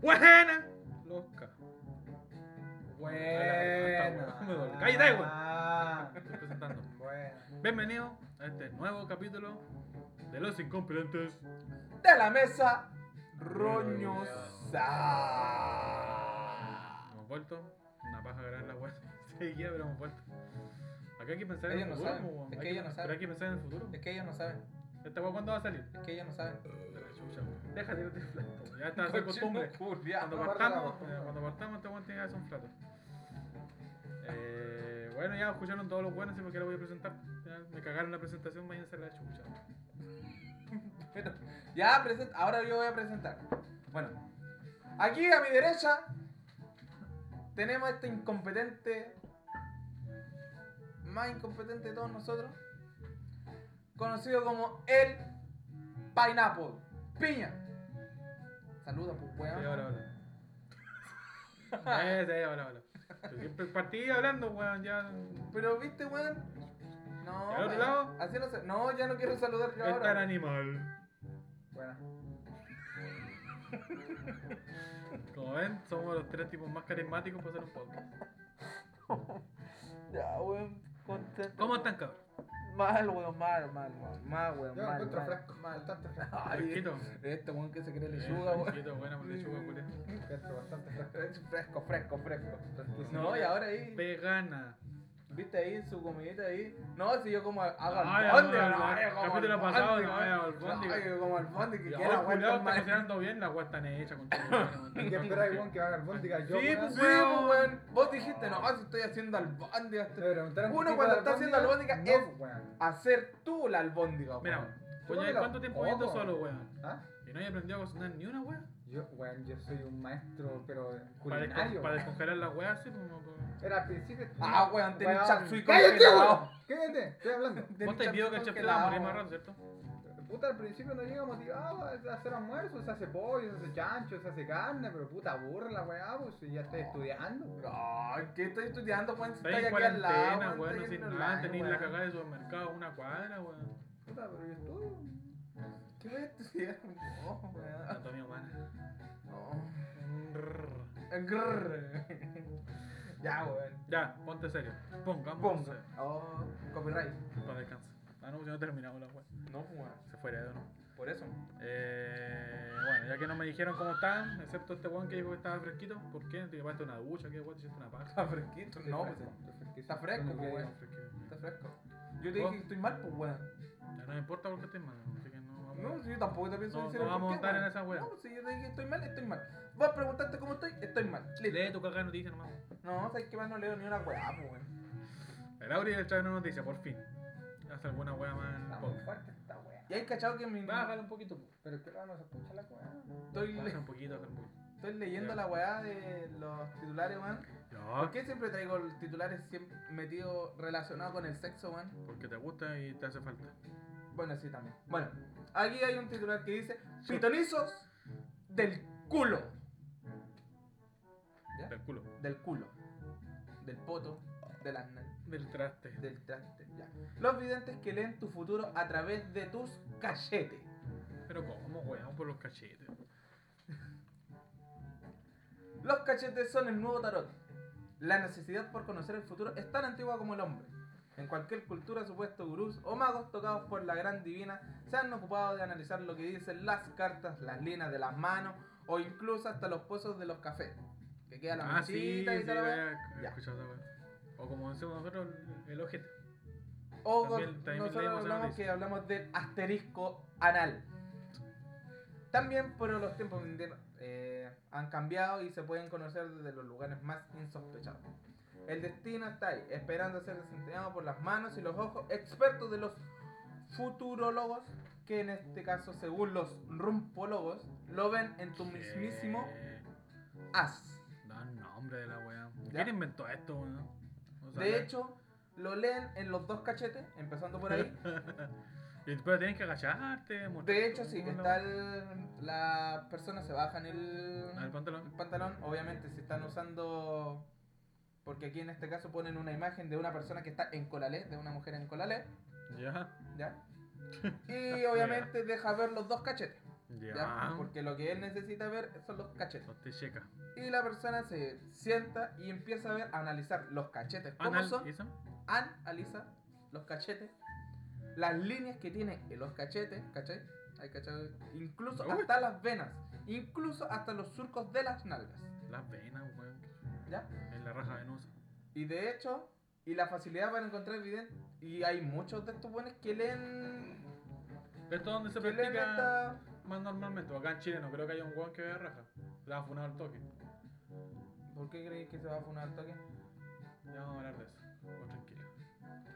Buena. Loca. Buena. Me dolió. Cállate, güey. Ah, Estoy presentando. buena. Bienvenido a este nuevo capítulo de Los Incompetentes. De la mesa roñosa. Hemos vuelto. Una paja gran la web. Seguía, pero hemos vuelto. Acá hay que pensar en el Ellos no futuro. saben. po, weón. Es Hay que ellos no Pero hay saben. que pensar en el futuro. Es que ellos no saben. ¿Esta web cuándo va a salir? Es que ellos no saben. De la chucha, weón. Déjate de flato. Ya está de costumbre. Cuando Guarda la partamos, costumbre. eh, cuando partamos, este weón tiene que hacer un plato. Eh, bueno, ya escucharon todos los buenos y porque lo voy a presentar. Ya, me cagaron la presentación, váyanse a la chucha. Pero, ya, presenta. Ahora yo voy a presentar. Bueno, aquí a mi derecha tenemos a este incompetente, más incompetente de todos nosotros, conocido como el Pineapple, Piña. Saluda, pues, Sí, weón. ahora, ahora. Eh, sí, ahora, ahora. Pero Siempre partí hablando, weón, ya. Pero, viste, weón. No, ¿Y al otro weón. lado? Así no, se- no, ya no quiero saludar yo Es tan ahora. Este animal. Bueno, Como ven, somos los tres tipos más carismáticos para hacer un podcast. Ya, weón, contento. ¿Cómo están, cabrón? Mal, weón, mal, mal, weón. más, weón. Yo más, encuentro más. fresco, bastante fresco. Ay, Fresquito. Este weón que se cree lechuga, weón. Chiquito, buena por lechuga, culé. Encuentro bastante fresco. Es Fresco, fresco, fresco. Fresquísimo. No, y ahora ahí, Vegana. viste ahí su comidita ahí. No, si yo como al- hago No, ya, albóndiga, no, no, el yo como capítulo albóndiga, pasado, no, no, ya, albóndiga. No, yo como albóndiga, Y que la ahora, weá culiao, está está mal. cocinando bien, la weá está hecha con todo. weón. ¿Qué esperáis, weón, que haga albóndiga? Yo, Sí, weón, pues, Sí, me pues, weón, vos dijiste, no, si estoy haciendo albóndiga. estoy- preguntaron qué Uno tipo cuando de está haciendo albóndiga no, es- weón. Hacer tú la albóndiga, Mira, weón. weón, Chúpame pues ya, los ¿cuánto tiempo viendo cocos. solo, weón? ¿Ah? Y no he aprendido a cocinar ni una weá. Yo, weón, yo soy un maestro, pero Para, descon- culinario. para descongelar las weas, así como. como- Era al principio. Ah, weón, tenés Weón, chapsui ¡Cállate, congelado. weón! ¡Cállate! Estoy hablando. Tenés Vos te vio que el chef chapsui te va a morir congelado, más weón. rato, ¿cierto? Puta, al principio no llega motivado a hacer almuerzo. "Ah, Se hace pollo, se hace chancho, se hace carne, pero puta, aburre la weá, pues si ya estoy estudiando. Ay, ¿qué estoy estudiando, weón? Si Estás estoy en aquí al lado, cuarentena, weón, estoy no en sin online, nada, tenés la weón. cagada de supermercado, una cuadra, weón. Puta, pero yo estudio. ¿Qué voy a estudiar? No, weón. Anatomía humana. No. Rrr. Grrr. ya, weón. Ya, ponte serio. Pongamos. Pongo. Oh, copyright. Para descansar. Ah, no, si no terminamos la weá. No, weón. Se fuera de no. Por eso. Eh, bueno, ya que no me dijeron cómo estaban, excepto este weón que dijo que estaba fresquito, ¿por qué? Te llevaste una ducha, qué weón, te hiciste una paja. Está fresquito. No, pues, está fresco, pues, weón. Está fresco. Yo te ¿Vos? dije que estoy mal, pues, weón. Ya no me importa porque estoy mal, así que no vamos. No, si yo tampoco te pienso No, decir no el vamos a por qué, andar en weón. esa weá. No, pues, si yo te dije que estoy mal, estoy mal. Vos preguntaste cómo estoy, estoy mal. Listo. Lee tu cagada de noticias nomás. No, sabes que más no leo ni una weá, pues, weón. El Auri le trae una noticia, por fin. Hace alguna wea más en el Está muy podcast. fuerte esta weá. Y hay cachado que mi. Bájale un poquito, po. Pero que vamos a escuchar la weá. Estoy, le- Baja un poquito, baja un poquito. estoy leyendo Ya. la weá de los titulares, weón. No, ¿Por qué siempre traigo los titulares siempre metidos relacionados con el sexo, weón? porque te gusta y te hace falta. Bueno, sí, también. Bueno, aquí hay un titular que dice: Pitonizos del culo. ¿Ya? Del culo. Del culo. Del poto. Del anal. Del traste. Del traste. Ya. Los videntes que leen tu futuro a través de tus cachetes. Pero cómo, weón, por los cachetes. Los cachetes son el nuevo tarot. La necesidad por conocer el futuro es tan antigua como el hombre. En cualquier cultura, supuestos gurús o magos tocados por la gran divina se han ocupado de analizar lo que dicen las cartas, las líneas de las manos o incluso hasta los pozos de los cafés. Que queda la Ah, sí, sí, manchita y tal. había Ya. escuchado esa wea. O como decimos nosotros, el- el ojete. O También- con- también nosotros leemos esa hablamos noticia. que hablamos del asterisco anal. También, pero los tiempos de invierno, eh, han cambiado y se pueden conocer desde los lugares más insospechados. El destino está ahí, esperando ser desempeñado por las manos y los ojos expertos de los futurólogos, que en este caso, según los rumpólogos, lo ven en tu mismísimo Que- as. Dan Eh, nombre de la wea. Ya. ¿Quién inventó esto, weón? O sea, De la- hecho, lo leen en los dos cachetes, empezando por ahí. Y- Pero tienes que agacharte, mostrar De hecho, tu sí, culo. está el, la persona se bajan el, Ah, el pantalón. el pantalón, obviamente si están usando, porque aquí en este caso ponen una imagen de una persona que está en colalé, de una mujer en colalé, Ya, ¿ya? Y obviamente deja ver los dos cachetes. Ya. ¿ya? Porque lo que él necesita ver son los cachetes. Los te checa. Y la persona se sienta y empieza a ver, a analizar los cachetes. ¿Cómo Anal, son? ¿y eso? analiza Mm. los cachetes, las líneas que tiene en los cachetes, ¿cachai? Hay cachai, incluso Uy. hasta las venas, incluso hasta los surcos de las nalgas, Las venas, weón. ¿ya? En la raja venosa. Y de hecho, y la facilidad para encontrar evidencia, y hay muchos de estos buenos que leen, ¿Esto dónde se que leen practica esta... más normalmente? Acá en Chile no creo que haya un weón que vea raja. La ha funado al toque. ¿Por qué creéis que se va a funar al toque? Ya vamos a hablar de eso. Vos tranquilo.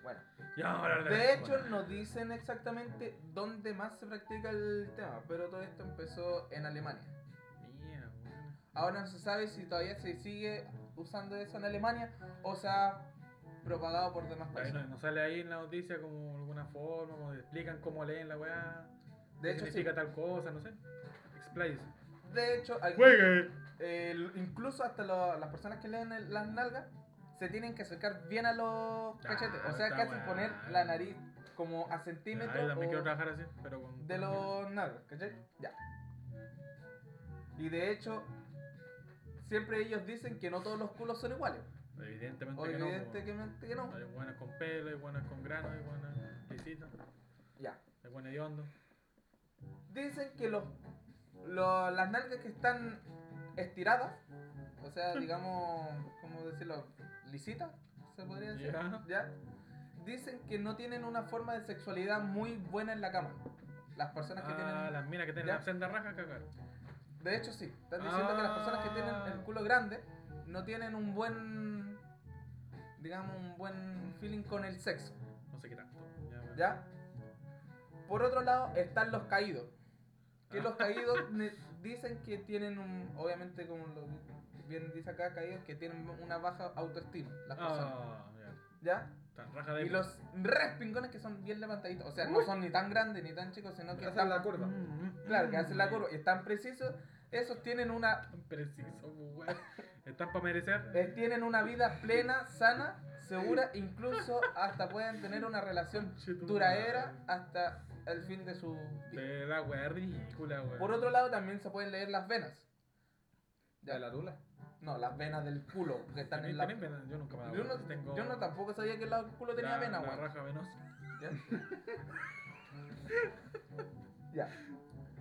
Bueno, Ya vamos a hablar de, de eso. hecho Bueno. no dicen exactamente dónde más se practica el tema, pero todo esto empezó en Alemania. Mira, weón. Ahora no se sabe si todavía se sigue usando eso en Alemania o se ha propagado por demás Ahí países. no, no sale ahí en la noticia como alguna forma, como te explican cómo leen la weá. De qué hecho, sí. significa tal cosa, no sé. Expláyese. De hecho, al- ¡Juegue! el- incluso hasta lo- las personas que leen el- las nalgas se tienen que acercar bien a los Ah, cachetes. O sea, está casi bueno. poner la nariz como a centímetros Ah, yo también quiero o trabajar así, pero con. de los nalgas, ¿cachai? Ya. Y de hecho, siempre ellos dicen que no todos los culos son iguales. Evidentemente que no. po. Evidentemente que no. Hay buenas con pelo, hay buenas con grano, hay buenas lisitas, Ya. hay buenas hediondo. Dicen que los, lo- las nalgas que están estiradas, o sea, Hmm. digamos, ¿cómo decirlo? Lisitas, se podría decir. Ya. ¿Ya? Dicen que no tienen una forma de sexualidad muy buena en la cama. Las personas que Ah, tienen. las minas que tienen ¿Ya? la senda raja, cagar. De hecho, sí. Están diciendo que las personas que tienen el Ah. culo grande no tienen un buen. Digamos, un buen feeling con el sexo. No sé qué tanto. Ya, bueno. ¿Ya? Por otro lado están los caídos. Que los caídos ne- dicen que tienen un. Obviamente, como lo bien dice acá, caídos que tienen una baja autoestima. Las personas. Ah, ya. ¿Ya? Tan raja de. Y los respingones que son bien levantaditos. O sea, no son ni tan grandes ni tan chicos, sino que Esa es están. la curva. Mm, mm, Claro, que mm, hacen la curva y están precisos. Esos tienen una, Tan preciso, weón. Están para merecer. eh, tienen una vida plena, sana, segura, incluso hasta pueden tener una relación Che, tu duradera madre. hasta el fin de su vida. De la weá ridícula, weón. Por otro lado, también se pueden leer las venas. Ya, De la tula. No, las venas del culo que están en ¿Tenéis- la. tenéis venas? Yo nunca me he dado Yo cuenta, no, si tengo yo no tampoco sabía que el lado del culo tenía la- venas, La weón. raja venosa. ¿Ya? Ya.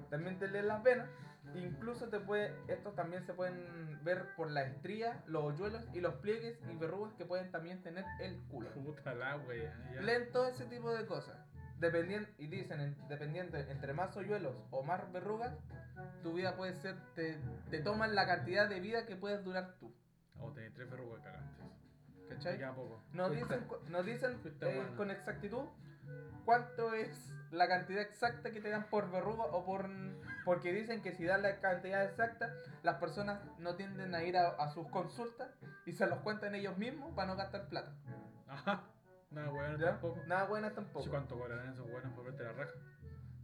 También te leen las venas. Incluso te puede. Estos también se pueden ver por las estrías, los hoyuelos y los pliegues y verrugas que pueden también tener el culo. Puta la weá. ya. Leen todo ese tipo de cosas. Dependien- y dicen, en- dependiendo entre más hoyuelos o más verrugas, tu vida puede ser, te, te toman la cantidad de vida que puedes durar tú. Oh, tenés tres verrugas cagantes. Te ¿Cachai? queda poco. Nos dicen, cu- nos dicen Fuiste eh, bueno. con exactitud cuánto es la cantidad exacta que te dan por verruga o por... Porque dicen que si dan la cantidad exacta, las personas no tienden a ir a, a sus consultas y se los cuentan ellos mismos para no gastar plata. Ajá. Nada, weón, ¿Ya? tampoco. Nada buenas Sí, tampoco. ¿Cuánto cobrarán esos buenos por verte la raja?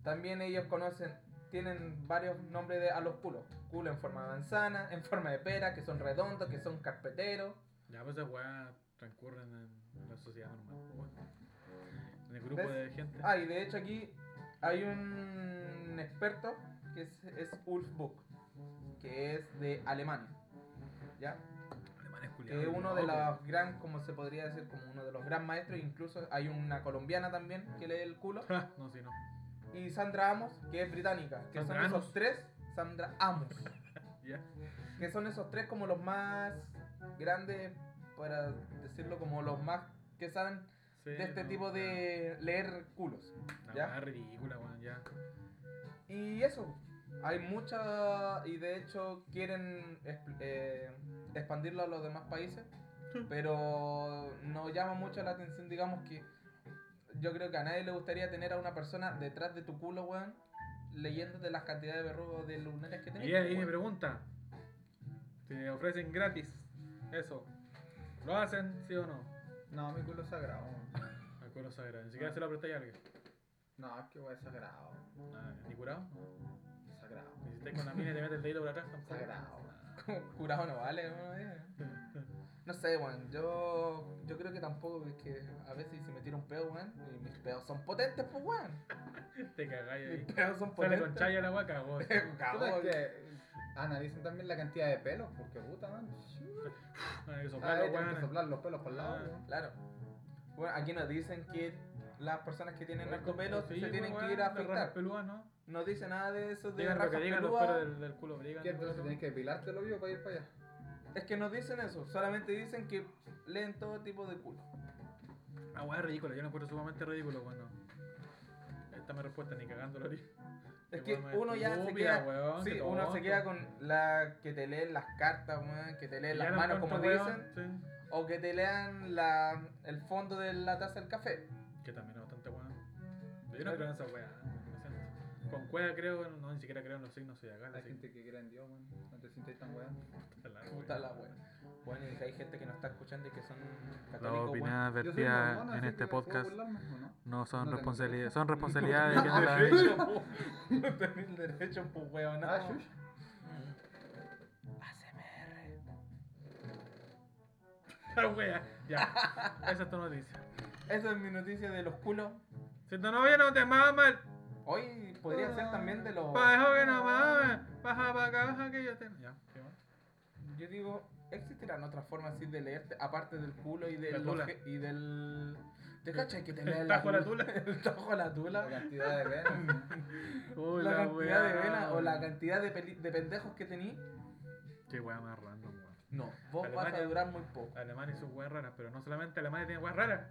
También ellos conocen, tienen varios nombres de, a los culos. Culo en forma de manzana, en forma de pera, que son redondos, que son carpeteros. Ya, pues esas weas transcurren en la sociedad normal. pues, weón. En el grupo de ¿Ves? gente. Ah, y de hecho aquí hay un experto que es, es Ulf Buck, que es de Alemania. ¿Ya? Alemanes Que culiados, es uno loco. de los gran, como se podría decir, como uno de los gran maestros. Incluso hay una colombiana también que lee el culo. Ja, no, si no. Y Sandra Amos, que es británica. Que son Sandra esos Amos. tres, Sandra Amos. Ya. Que son esos tres como los más grandes, para decirlo, como los más que saben Sí, de este no, tipo de leer culos. La ¿ya? wea ridícula, weón, ya. Y eso, hay mucha. Y de hecho, quieren expl- eh, expandirlo a los demás países. Pero nos llama mucho la atención, digamos que. Yo creo que a nadie le gustaría tener a una persona detrás de tu culo, weón, leyéndote las cantidades de verrugas de lunares que tenés. Y ahí weón. me pregunta. Te ofrecen gratis. Eso. ¿Lo hacen, sí o no? No, mi culo es sagrado. Al culo sagrado. Ni siquiera se lo prestáis a alguien. No, es que weón es sagrado. Ah, ¿Ni curado? Sagrado. Ni si estáis con la mina y te metes el dedito por atrás tampoco. Sagrado. Curado no vale, weón, eh. No sé, weón. Yo, yo creo que tampoco, porque a veces se me tira un pedo, weón. Y mis pedos son potentes, pues, weón. Te cagáis ahí. Mis pedos son Sale potentes. con chaya la guaca, vos. Puta, es Cagó, que analicen también la cantidad de pelos, porque puta, man. Ah, que Ah, soplarlo, ahí tienen que weón. soplar los pelos por el lado, Ah. weón. Claro. Bueno, aquí nos dicen que las personas que tienen narcopelos Sí, se tienen weón, que ir a las rajas afeitar. pelúas, ¿no? No dice nada de eso de Digan lo que rajas digan los pelúas. pelos del, del culo. Digan ¿Qué? Entonces tenés que depilártelo vivo para ir para allá. Es que nos dicen eso. Solamente dicen que leen todo tipo de culo. Ah, weón, es ridículo. Yo lo encuentro sumamente ridículo cuando. Esta me respuesta ni cagando la haría. Es Qué que weón más uno ya se estúpida, queda. weón, sí, qué uno se tonto. queda con la que te leen las cartas, weón, que te Y leen ya las lo manos, como encuentro, weón, dicen, o que te lean la, el fondo de la taza del café. sí, Que también es bastante weón. Yo no creo en esa weá. lo siento. Con cueva creo, no, ni siquiera creo en los signos zodiacales. Hay así gente que cree en Dios, weón. No te sientes tan weón. que puta la Puta weá. la weón. Bueno, y hay gente que nos está escuchando y que son Las católicos, weón. opinadas Yo soy mormón, vertidas así en que este ¿puedo podcast burlarme, o no? no No son tengo responsabilidades, derecho. son responsabilidades de No quienes las han tenés hecho. derecho, po. No tenés el derecho, pues, weón. No. Ah, shush. ASMR. La wea, ya. Esa es tu noticia. Esa es mi noticia de los culos. Si tu novia no te mama, el Hoy podría Ah. ser también de los. pajo que no mama, baja pa' acá, baja que yo te. Ya, qué más. Yo digo, ¿existirán otras formas así de leerte? Aparte del culo y La del. tula. oje- y del. ¿Te cachas que te el leen tajo a la tula. El tajo a la La tula. cantidad de venas. Uy, La cantidad wea. de venas o la cantidad de, peli- de pendejos que tení. Qué wea más random, weón. No, vos vas Alemania. a durar muy poco. Alemania y sus weas raras, pero no solamente Alemania tiene weas raras,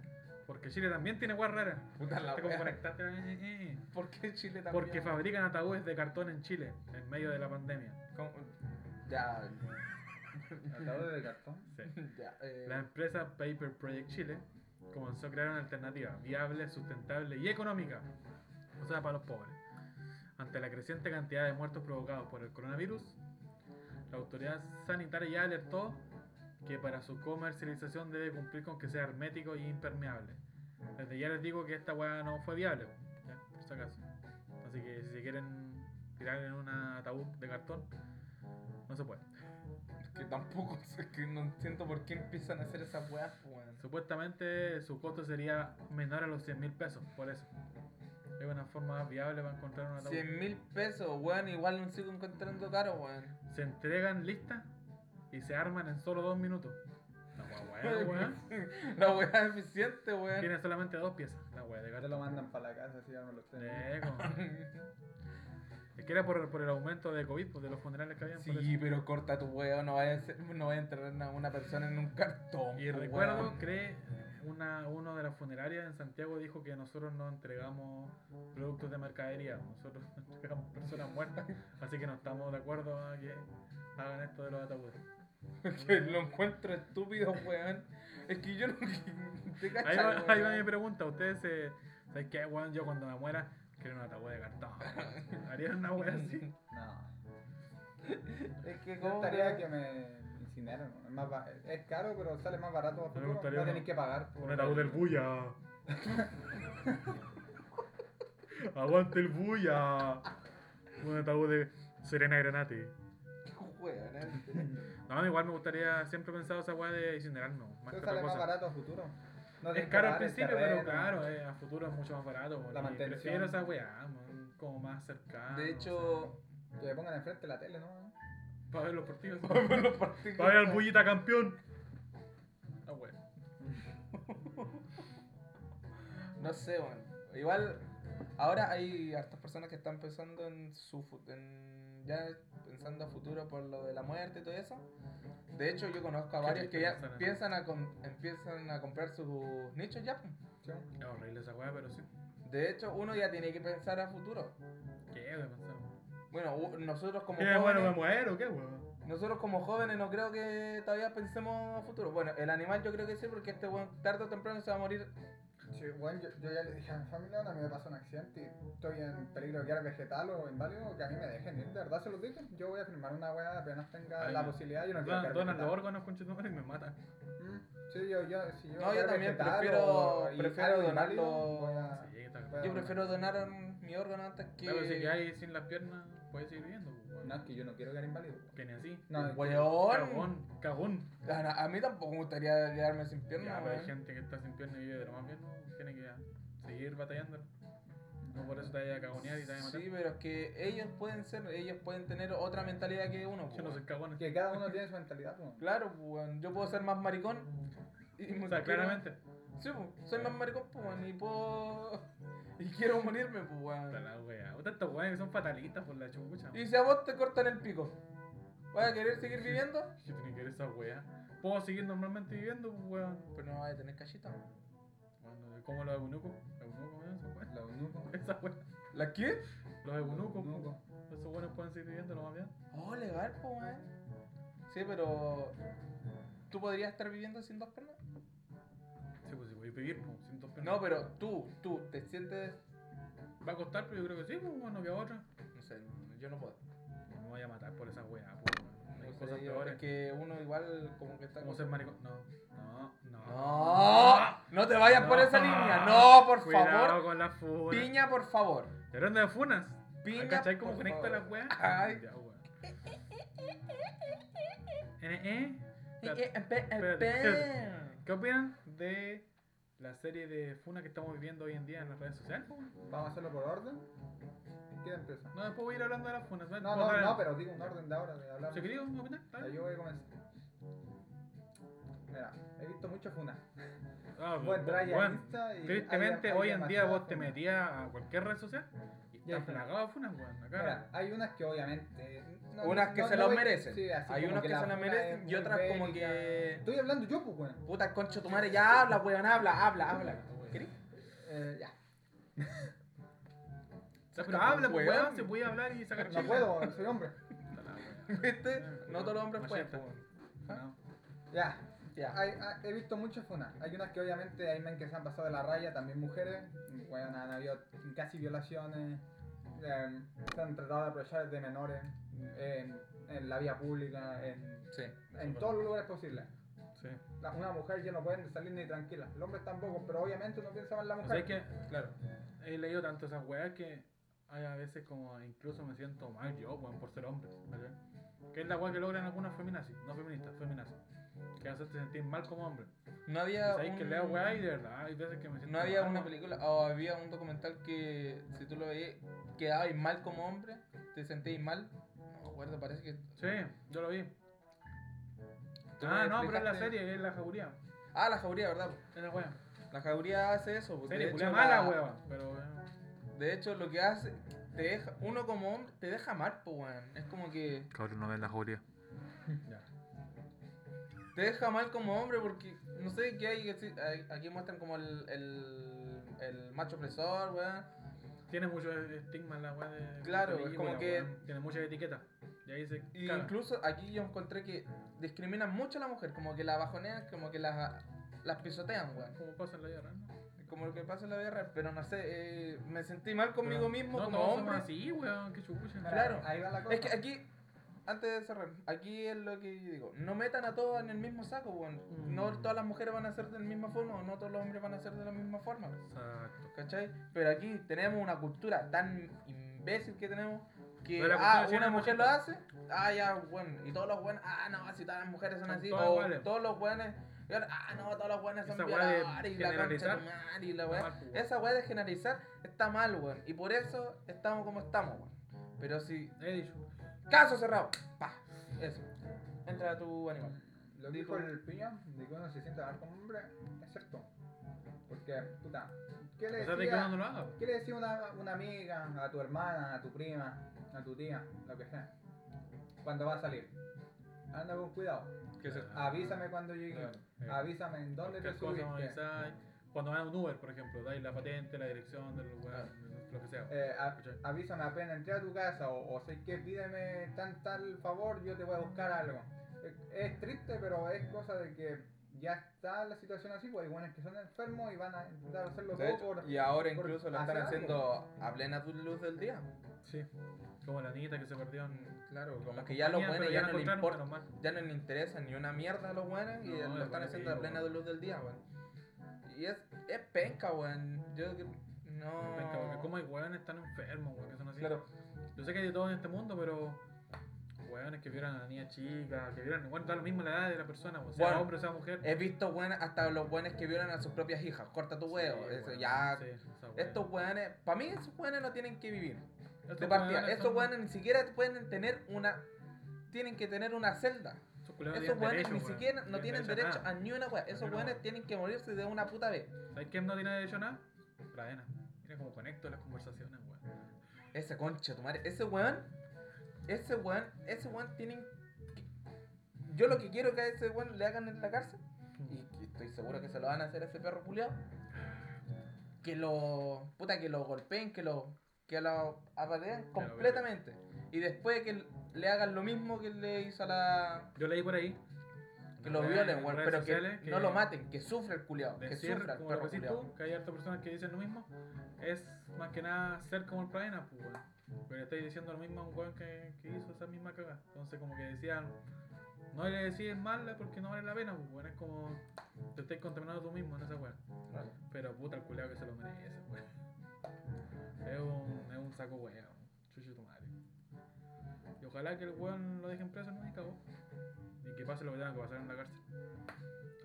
porque Chile también tiene weas raras. Puta la Está como Ah, wea. conectarte, eh, eh, eh. ¿Por qué Chile también? Porque fabrican ataúdes de cartón en Chile, en medio de la pandemia. ¿Cómo? Ya. Acabo de cartón. Sí. ya. eh, La empresa Paper Project Chile comenzó a crear una alternativa viable, sustentable y económica, o sea, para los pobres. Ante la creciente cantidad de muertos provocados por el coronavirus, la autoridad sanitaria ya alertó que para su comercialización debe cumplir con que sea hermético y impermeable. Desde ya les digo que esta weá no fue viable, ya, por si acaso. Así que si se quieren tirar en un ataúd de cartón, no se puede. Que tampoco sé que no entiendo por qué empiezan a hacer esas weas, pues, weón. Supuestamente su costo sería menor a los 100 mil pesos, por eso. Es una forma más viable para encontrar un ataúd. 100 mil pesos, weón, igual no sigo encontrando caro, weón. Se entregan listas y se arman en solo dos minutos. Ah, La wea, wea, weón. La wea es eficiente, weón. Tiene solamente dos piezas, la wea de Te lo cartón. mandan para la casa, así ya me lo tengo. Eh, como- Es que era por, por el aumento de COVID, pues, de los funerales que habían. por Sí, eso. pero corta tu weón, no vaya a, ser- no vaya a entrar a una persona en un cartón. Y po, recuerdo, weón. cree, una, uno de las funerarias en Santiago dijo que nosotros no entregamos productos de mercadería, nosotros entregamos personas muertas, así que no estamos de acuerdo a que hagan esto de los ataúdes. que lo encuentro estúpido, weón. Es que yo no. ¿Te Ahí cachas, va, ahí va weón? mi pregunta, ustedes se... ¿Sabes qué, weón? Yo cuando me muera quiero un ataúd de cartón. weón. ¿Harían una wea así? No. Es que Yo como. estaría que me incineren. Es, más ba- es caro, pero sale más barato. a futuro. gustaría No uno- tenéis que pagar. por- Un ataúd del bulla. Aguante el bulla. Un ataúd de Serena Granate. Weón, eh. No, igual me gustaría, siempre he pensado esa weá de incinerarme, más que Entonces otra sale más cosa. barato a futuro. No es tenés que caro al pagar el principio, terreno. pero claro, eh, a futuro es mucho más barato. weón, La y mantención. Prefiero esa weá, man, como más cercano. De hecho. Que le pongan enfrente la tele, ¿no? para ver los partidos. Para para los partidos, ver al weón. bullita campeón. Ah, weón. No sé, weón. Igual, ahora hay hartas personas que están pensando en su fu- en, ya pensando a futuro por lo de la muerte y todo eso. De hecho, yo conozco a Qué varios triste que ya pensar en piensan a com- empiezan a comprar sus nichos ya. pues. Sí. Es horrible esa weá, pero sí. De hecho, uno ya tiene que pensar a futuro. ¿Qué weón? pensaba. Bueno, u- nosotros como ¿Qué bueno, me jóvenes, muero? ¿Qué weón? nosotros como jóvenes no creo que todavía pensemos a futuro. Bueno, el animal yo creo que sí, porque este weón tarde o temprano se va a morir. Sí, bueno, yo, yo ya le dije a mi familia, a mí me pasó un accidente y estoy en peligro de quedar vegetal o inválido, que a mí me dejen ir, de verdad se los dije, yo voy a firmar una weá apenas tenga Ay, la no. posibilidad, yo no quiero Don- quedar Donan los vegetal. órganos, conchetumare, y me matan. Mm, Sí, yo, yo, si yo No, voy yo a quedar también vegetal prefiero- o- y prefiero algo inválido, donarlo- voy a- Sí, está Bueno. Yo prefiero donar mi órgano antes que... Claro, si quedáis sin las piernas, puedes seguir viviendo. weón. No, es que yo no quiero quedar inválido. Que ni así. No, es que- Weón. Cagón, cagón. A, a mí tampoco me gustaría quedarme sin pierna, Ya, pero hay weón. gente que está sin pierna y vive de lo más bien, ¿no? tiene que ya, seguir batallando. No por eso te vaya a cagonear y te vaya a matar. Sí, pero es que ellos pueden ser, ellos pueden tener otra mentalidad que uno. Yo no weón. soy cagón. que cada uno tiene su mentalidad, pues. Claro, pues, weón. yo puedo ser más maricón. Y O sea, claramente. Sí, pues, soy más maricón, pues, weón, y puedo... Y quiero morirme, pues, Puta weón. la wea. Puta, estos weones que son fatalistas por la chucha. Y weón. si a vos te cortan el pico, ¿vas a querer seguir viviendo? ¿Qué tiene que ver esa wea? ¿Puedo seguir normalmente viviendo, pues, weón? Pero Pues no vas a tener cachita, weón. Bueno, ¿Cómo los eunucos? ¿Eunucos, weón? Esa wea. La eunuco. Esa wea. ¿La qué? Los eunucos, Eunuco. pues, esos weones pueden seguir viviendo lo más bien. Oh, legal, pues, weón. Sí, pero... ¿Tú podrías estar viviendo sin dos piernas? Sí, pues si voy a vivir, pues, sin dos piernas. No, pero tú, tú, ¿te sientes...? Va a costar, pero yo creo que sí, pues, bueno, que a otra. No sé, yo no puedo. Me voy a matar por esa wea, pues, weón. Hay No sé, cosas yo- peores. Es que uno igual como que está... ¿Cómo ser maricón? No, no, no. No, no te vayas por No. esa línea. No, por Cuidado favor. con la funa. Piña, por favor. ¿De dónde de funas? Piña, ¿Cachai cómo por conecta favor. la weá? Ay. Ya, weón. Eh, eh. Espérate. ¿Qué opinan de la serie de Funa que estamos viviendo hoy en día en las redes sociales? Vamos a hacerlo por orden. ¿Quién empieza? No, después voy a ir hablando de las Funas. No, no, no, pero digo un orden de ahora, de hablar. ¿Se quería opinar? Ya, Yo voy a comenzar. Mira, he visto mucho funas. Ah, Vos bueno, entras ahí a bueno, Insta y. tristemente, hay- hay hoy en día demasiadas vos te funas. metías a cualquier red social y Ya, estás pero- plagado de Funas, weón. Acá. Mira, hay unas que obviamente. no- Unas que no- se no las voy- merecen. sí, así Hay como unas que la se las funa merecen es y muy otras como bélica. que- Estoy hablando yo, pues, weón. Puta concha tu madre, ya habla, weón, habla, habla, habla. ¿Querés? Eh, ya. O sea, pero habla, pues, weón. weón, se puede hablar y sacar No chicle. puedo, soy hombre. Puta la weá. ¿Viste? No todos los hombres pueden. Machista. weón. No. Ya. Ya. Hay- hay- he visto muchas funas. Hay unas que obviamente hay men que se han pasado de la raya, también mujeres. Bueno, han habido casi violaciones. eh, se han tratado de aprovechar de menores en, en la vía pública, en, Sí. en todos los lugares posibles. Sí. La- una mujer ya no puede salir ni tranquila. El hombre tampoco, pero obviamente uno piensa más en la O mujer. sea, es que Claro. he leído tanto esas weas que hay a veces como incluso me siento mal yo, weón, por ser hombre. ¿cachai? Que es la wea que logran algunas feminazis, no feministas, feminazis. Que hacerte sentir mal como hombre. Y No había. Sabéis que un- leo wea y de verdad hay veces que me siento No había mal, una weón. película o había un documental que si tú lo veías quedabais mal como hombre, te sentéis mal. No me acuerdo, parece que. Sí, yo lo vi. tú me Ah, no, pero es la explicaste- serie, es la jauría. Ah, la jauría, ¿verdad? Es la wea. La jauría hace eso. porque Serie, de culia hecho mala, la- weón. Pero eh, weón. De hecho, lo que hace, te deja, uno como hombre te deja mal, po, weón. Es como que Cabrón, no ven la jauría. Ya. te deja mal como hombre porque, no sé qué hay, que decir- hay- aquí muestran como el, el, el macho opresor, weón. Tiene mucho estigma la wea de. Claro, película, es como que- weón. Tiene muchas etiquetas. Y ahí se. Y cagan. incluso aquí yo encontré que discriminan mucho a la mujer, como que la bajonean, como que las, las pisotean, weón. Como pasa en la vida real, ¿no? Como lo que pasa en la guerra, pero no sé, eh, me sentí mal Pero conmigo mismo no como todos hombre. somos así, weón, que chupucha. Mira, claro. Ahí va la cosa. Es eh, que aquí, antes de cerrar, aquí es lo que yo digo, no metan a todos en el mismo saco, weón. Mm. No todas las mujeres van a ser de la misma forma, o no todos los hombres van a ser de la misma forma, Exacto. ¿cachai? Pero aquí tenemos una cultura tan imbécil que tenemos que Pero la cultura ah, chilena una es mujer lo hace, ah, ya, bueno, y todos los buenos, ah, no, si todas las mujeres son Son así, todas o iguales. todos los buenos, ah, no, todos los buenos son Esa weá de violadores, y la concha de generalizar tu madre, y la está weá. mal, pues, weón. Esa weá de generalizar está mal, weón, y por eso estamos como estamos, weón. Pero si He dicho. Caso cerrado. Pa. Eso. Entra tu animal. Lo que dijo el piña, de que uno se sienta mal como hombre, es cierto. Porque, puta, ¿qué A le pesar de que uno no decía, lo haga. qué le decía una, una amiga, a tu hermana, a tu prima, a tu tía, lo que sea, cuando va a salir? Anda con cuidado, Que se- avísame cuando llegue, Claro. Eh, avísame en dónde te cualquier cosa me subiste. avisáis. Cuando vas a un Uber, por ejemplo, dais la patente, la dirección del lugar, lo que sea. Eh, a- ¿Cachai? avísame apenas entré a tu casa o, o sé que pídeme tan tal favor, yo te voy a buscar algo. Es, es triste, pero es cosa de que ya está la situación así, pues hay buenos que son enfermos y van a intentar hacerlo todo por... y ahora por incluso lo están hacer algo. haciendo a plena luz del día. Sí. Como la niñita que se perdió en. Claro, como la que ya los compañía, buenos pero ya la no les encontraron, importa. menos mal. Ya no les interesa ni una mierda a los buenos y No, lo es están bueno haciendo a que plena digo, luz del día, weón. Y es, es penca, weón. Yo que- no. Venga, porque como hay weones tan enfermos, weón, que son así. Claro, Yo sé que hay de todo en este mundo, pero que violan a la niña chica, que violan, bueno, da lo mismo la edad de la persona, o sea Bueno, hombre o sea mujer. He visto weón, hasta los weones que violan a sus propias hijas. Corta tu huevo. Sí, eso weón, ya. sí, esa weá. Estos weones, para mí esos weones no tienen que vivir. Estos De partida, weones estos son- weones ni siquiera pueden tener una. Tienen que tener una celda. Esos culiados Esos tienen weones derecho, ni weón. siquiera no tienen derecho nada. a ni una wea. Esos una weones wea. tienen que morirse de una puta vez. ¿Sabes quién no tiene derecho a nada? La Ena. Tiene como conecto las conversaciones, weón. Ese concha, tu madre. Ese weón. Ese weón. Ese weón tienen. que- Yo lo que quiero que a ese weón le hagan en la cárcel. Y que estoy seguro que se lo van a hacer a ese perro culiado. Que lo. Puta, que lo golpeen, que lo. Que lo apateen lo completamente. Y después que le hagan lo mismo que le hizo a la. Yo leí por ahí. Que una lo weá violen, en weón. redes Pero que, sociales no lo maten, que sufra el culiado. Que decir, sufra el como lo perro que decís culiado. tú, que hay hartas personas que dicen lo mismo, es más que nada ser como el Praena, pues, weón. Pero le estáis diciendo lo mismo a un weón que, que hizo esa misma cagada. Entonces, como que decían, no le decís mala porque no vale la pena, pues, weón. Es como, te estáis contaminando tú mismo en esa weón. Pero puta, el culiao que se lo merece, weón. Es un, es un saco weón. Chucho tu madre. Y ojalá que el weón lo dejen preso, no y cagó. Y que pase lo que tenga que pasar en la cárcel.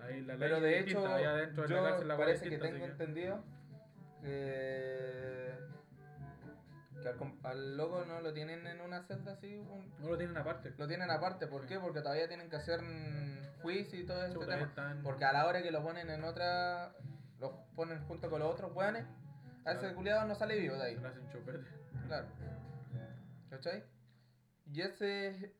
Ahí la ley Pero es de distinta, hecho, allá dentro de la yo cárcel la weá es parece que distinta, tengo así que- entendido que, que al, com- al loco no lo tienen en una celda así, un- No lo tienen aparte. lo tienen aparte. ¿Por Sí. qué? Porque todavía tienen que hacer mm, juicio y todo este Chuta, ahí tema. están- Porque a la hora que lo ponen en otra, lo ponen junto con los otros weones, a ese Claro. culiado no sale vivo de se ahí. lo hacen chupete. Claro. ¿Cachai? Y ese.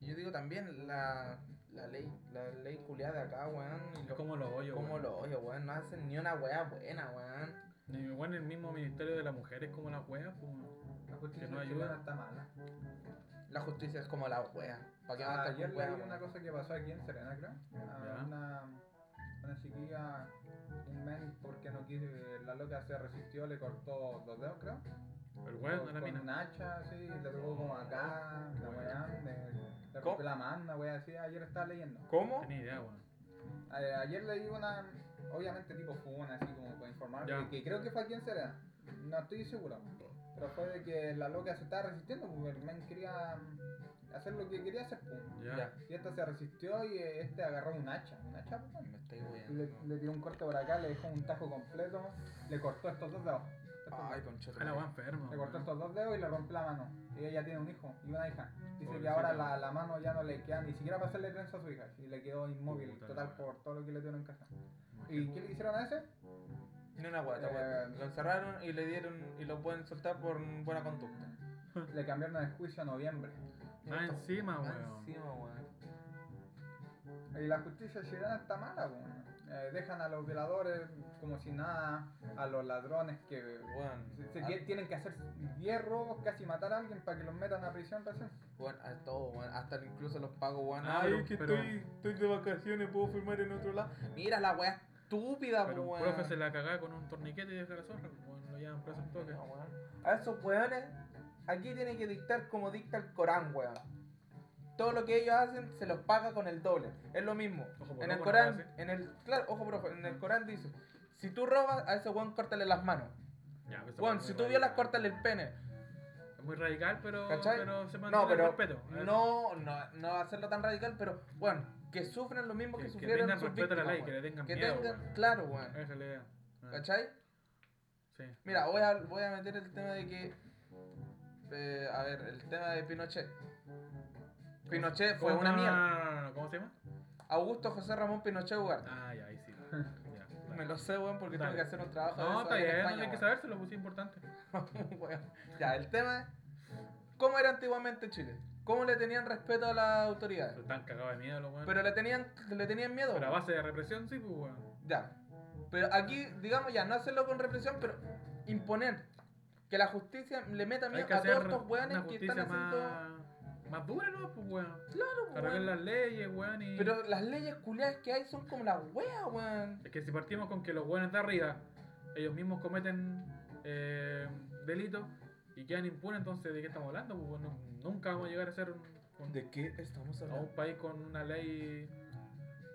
Yo digo también la, la ley, la ley culiada de acá, weón. y Es lo- como los hoyos. como weón. lo odio, weón? No hacen ni una weá buena, weón. Ni weón, el mismo Ministerio de la Mujer es como la wea, pues. weón. La justicia Que no ayuda. chilena está mala. La justicia es como la wea. ¿Para qué van Ah, a estar Ah, Ayer con leí wea, una weón? cosa que pasó aquí en Serena, creo. A Ya. Una, una chiquilla, un men, porque no quiso, la loca se resistió, le cortó los dedos, creo. El weón de con, la con mina. un hacha, así, le tocó como acá, la weá, le, le ¿Cómo? rompió la mano, una weá así. Ayer estaba leyendo. ¿Cómo? Tenía idea, weón. A- Ayer leí una, obviamente tipo funa, así como para informar, Ya. que, que creo que fue aquí en Serena. No estoy seguro. Pero fue de que la loca se estaba resistiendo, porque el men quería hacer lo que quería hacer, pues. pum. Ya. Ya. Y esta se resistió y eh, este agarró un hacha, un hacha, pues, bueno. Me estoy le, weando. le tiró un corte por acá, le dejó un tajo completo, le cortó estos dos dedos. Estos Ay, dos. conchito. A la weá enferma. le weón. cortó estos dos dedos y le rompió la mano. Y ella tiene un hijo y una hija. Dice que Pobrecita. ahora la, la mano ya no le queda ni siquiera para hacerle trenza a su hija. Y le quedó inmóvil, Puta la total, wea. por todo lo que le dieron en casa. Imagínate. ¿Y qué le hicieron a ese? Ni una wea, esta wea. Lo encerraron y le dieron y lo pueden soltar por buena conducta. Le cambiaron el juicio a noviembre. Más Esto- encima, más weón. encima, weón. Y la justicia chilena está mala, weón. Eh, dejan a los violadores como si nada, a los ladrones que Este Weón. ah, Se- se a- tie- tienen que hacer 10 robos, casi matar a alguien para que los metan a prisión recién. Weón, a todo, weón. Hasta incluso los pagos, weón. Ah, Ay, pero- es que pero- estoy, estoy de vacaciones, puedo firmar en otro lado. Mira la wea estúpida, Pero un weón. profe se la cagaba con un torniquete y deja la zorra, weón. Lo llevan preso al toque. No, weón. A esos weones, aquí tienen que dictar como dicta el Corán, weón. Todo lo que ellos hacen se los paga con el doble. Es lo mismo. Ojo por en el ojo, Corán, no lo en el. Claro, ojo, profe, en el Corán dice: si tú robas, a ese weón córtale las manos. Ya, pero esa weá Weón, es si muy tú violas, radical. córtale el pene. Es muy radical, pero, ¿Cachai? pero se mantiene No, pero. el respeto. A ver, No, no, no hacerlo tan radical, pero, weón, que sufran lo mismo que, que, que sufrieron tengan sus respeto a la víctimas, ley, que le weón. tengan Que miedo, tengan- weón. claro, weón. Esa es la idea. Ah, ¿Cachai? Sí. Mira, voy a, voy a meter el tema de que. eh, a ver, el tema de Pinochet. Pinochet fue ¿Cómo- una no, no, mierda. no, no, no, ¿Cómo se llama? Augusto José Ramón Pinochet Ugarte. Ah, ya, ahí sí. Ya, claro. Me lo sé, weón, porque Dale. tuve que hacer un trabajo No, está de eso bien, ahí en no hay que España, sabérselo, pues sí, importante. weón. Weón. Ya, el tema es. ¿Cómo era antiguamente Chile? ¿Cómo le tenían respeto a las autoridades? Pero están cagados de miedo los weones. Pero le tenían, le tenían miedo. Pero a base de represión, sí, pues weón. Ya. Pero aquí, digamos ya, no hacerlo con represión, pero imponer. Que la justicia le meta Hay miedo que a hacer todos estos una weones que justicia están haciendo. más, más dura, ¿no? Pues weón. Claro, pues, Arreglen weón. las leyes, weón. Y... Pero las leyes culiadas que hay son como la wea, weón. Es que si partimos con que los buenos de arriba, ellos mismos cometen eh, delitos y quedan impunes, entonces ¿de qué estamos hablando? Pues, bueno, nunca vamos a llegar a ser un, un- qué estamos a un país con una ley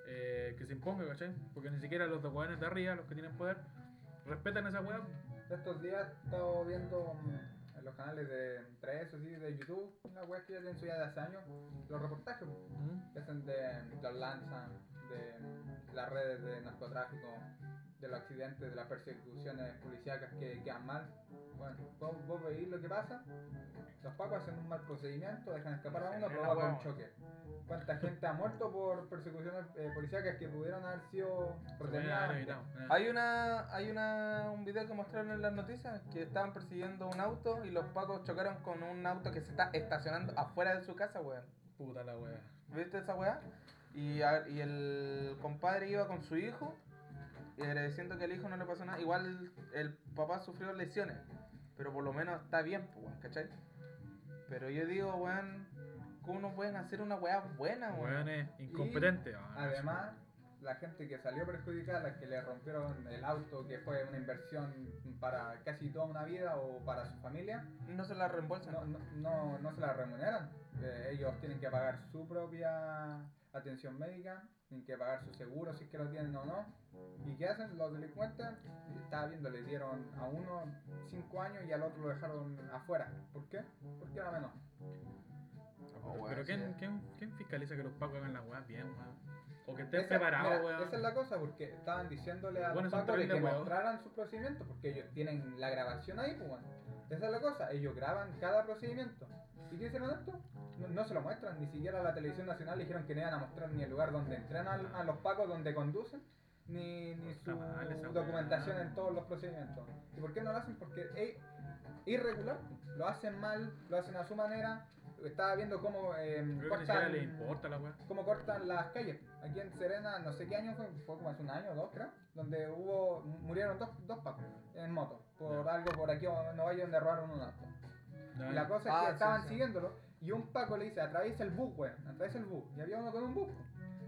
eh, que se imponga, ¿cachai? Porque ni siquiera los buenos de arriba, los que tienen poder, respetan esa weá. Estos días he estado viendo mm, los canales de 3 o sí, de YouTube, las weas que ya tienen suya de hace años, los reportajes ¿Mm? que hacen de los lanzas, de las redes de narcotráfico, de los accidentes, de las persecuciones policíacas que quedan mal. Bueno, vos, vos veis lo que pasa, los pacos hacen un mal procedimiento, dejan escapar a uno, Genera provocan un huevo. choque. ¿Cuánta gente ha muerto por persecuciones eh, policíacas que pudieron haber sido Se pueden haber retenidas? evitado, eh. Hay una, hay una, un video que mostraron en las noticias que estaban persiguiendo un auto y los pacos chocaron con un auto que se está estacionando afuera de su casa, weón. Puta la wea. ¿Viste esa weá? Y, a- y el compadre iba con su hijo y agradeciendo que el hijo no le pasó nada. Igual el, el papá sufrió lesiones, pero por lo menos está bien, pues, weón, ¿cachai? Pero yo digo, weón, ¿cómo no pueden hacer una weá buena, weón? Weón eh. es incompetente. ah, no, Ah, Además, la gente que salió perjudicada, la que le rompieron el auto, que fue una inversión para casi toda una vida o para su familia, No se la reembolsan. no, no, no, no se la remuneran. Eh, ellos tienen que pagar su propia atención médica, tienen que pagar su seguro si es que lo tienen o no. ¿Y qué hacen los delincuentes? Estaba viendo, le dieron a uno 5 años y al otro lo dejaron afuera. ¿Por qué? Porque era menor. Oh, Pero- weón, Pero sí. ¿quién, quién, quién fiscaliza que los pacos hagan las weas bien, weón? O que estén Esa- preparados, mira, weón. Esa es la cosa, porque estaban diciéndole a Bueno, los son pacos de que terribles, weón. mostraran sus procedimientos, porque ellos tienen la grabación ahí, pues, weón. Esa es la cosa, ellos graban cada procedimiento. ¿Y qué hicieron esto? No, no se lo muestran, ni siquiera a la televisión nacional dijeron que no iban a mostrar ni el lugar donde entrenan a los pacos, donde conducen, ni, ni Está su mal esa weá. documentación en todos los procedimientos. ¿Y por qué no lo hacen? Porque es irregular, lo hacen mal, lo hacen a su manera. Estaba viendo cómo eh, Creo que ni siquiera cortan- les importa la wea. cómo cortan las calles. Aquí en Serena, no sé qué año fue, fue como hace un año o dos, creo, donde hubo, murieron dos, dos pacos en moto, por Ya. algo por aquí en Nueva York donde robaron un auto. Y la cosa es Ah, que sí, estaban sí. siguiéndolo y un paco le dice, atraviesa el bus, weón, atraviesa el bus. Y había uno con un bus.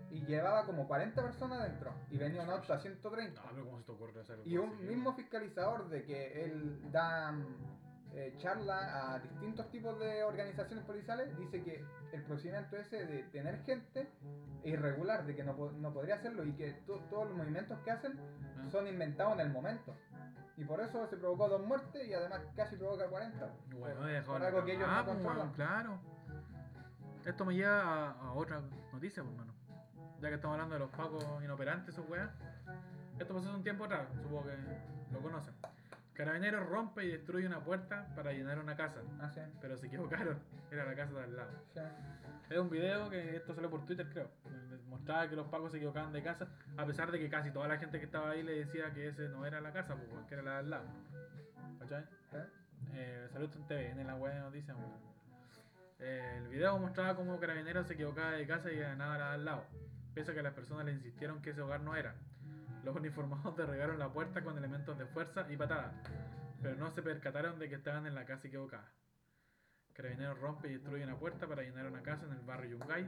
Y llevaba como 40 personas adentro y venía un auto a 130. No, pero ¿cómo se te ocurre hacer algo Y un así, mismo weón? fiscalizador de que él da mm, eh, charla a distintos tipos de organizaciones policiales dice que el procedimiento ese de tener gente es irregular, de que no, po- no podría hacerlo y que to- todos los movimientos que hacen Ah. son inventados en el momento. Y por eso se provocó dos muertes y además casi provoca 40. Bueno, Por- he dejado por la algo que ellos cagada, no pues, weón, controlan. claro. Esto me lleva a, a otra noticia, pues, hermano. Ya que estamos hablando de los pacos inoperantes, esos weas. Esto pasó hace un tiempo atrás, supongo que lo conocen. Carabinero rompe y destruye una puerta para llenar una casa, Ah, sí, pero se equivocaron, era la casa de al lado. sí. Es un video que esto salió por Twitter, creo. donde Mostraba que los pacos se equivocaban de casa, a pesar de que casi toda la gente que estaba ahí le decía que ese no era la casa, pues, weón, que era la de al lado. ¿Cachai? ¿Eh? Eh, salió esto en TVN, en la web de noticias, weón. Eh, el video mostraba cómo Carabineros se equivocaba de casa y ganaba la de al lado, pese a que las personas le insistieron que ese hogar no era. Los uniformados derribaron la puerta con elementos de fuerza y patadas, pero no se percataron de que estaban en la casa equivocada. Carabineros rompe y destruye una puerta para llenar una casa en el barrio Yungay.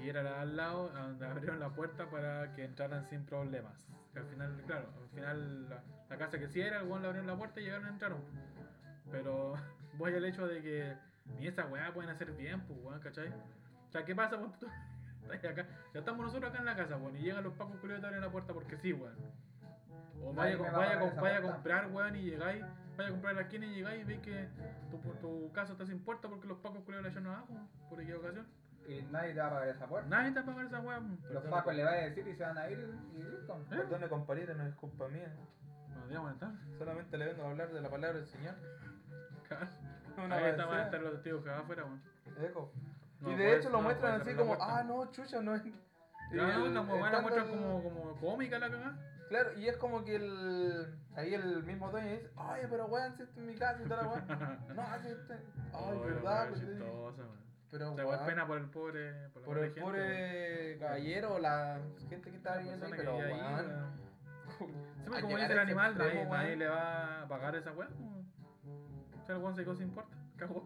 Y era la de al lado, a donde abrieron la puerta para que entraran sin problemas. Que al final, claro, al final la, la casa que sí era, el weón le abrieron la puerta y llegaron y entraron. Pero voy al hecho de que ni esa weá pueden hacer bien, pues weón, ¿cachai? O sea, ¿qué pasa cuando tú estás acá? Ya estamos nosotros acá en la casa, weón, y llegan los pacos curiosos y te abren la puerta porque sí, weón. O vaya, Nadie me con- va a vaya, pagar con- esa vaya a puerta. comprar, weón, y llegáis, vaya a comprar a la esquina y llegáis y veis que tu, tu casa está sin puerta porque los pacos curiosos la echaron abajo, por equivocación. Y nadie te va a pagar esa puerta. Nadie te va a pagar esa weá. weón. Los pacos le van a decir y se van a ir y listo. Perdone, compadre, no es culpa mía. Buenos días, buenas tardes. Solamente le vengo a hablar de la palabra del Señor. Claro. Una Ahí está, van a balacera. estar los testigos que van afuera, weón. Eco. No y de puedes- hecho no lo muestran puedes así abrir la como, puerta. ah, no, chucha, no es. Ya, Y el- la weá la estando muestran el- como, como cómica la cagada. Claro, y es como que el. Ahí el mismo dueño dice, ay, pero weón, si esto es mi casa y toda la weón. No, si esto. Ay, Oh, la verdad, weá pues, sí. chistosa, weón. Pero O sea, igual weón, pena por el pobre. Por, la Por pobre el gente, pobre caballero, la gente que está weón. La viviendo ahí, persona que pero vive ahí, weón. weón. Siempre A como llegar dice el a ese animal, nadie, extremo, nadie weón. le va a pagar esa weá. weón. O sea, el weón se quedó sin puerta. Cagó.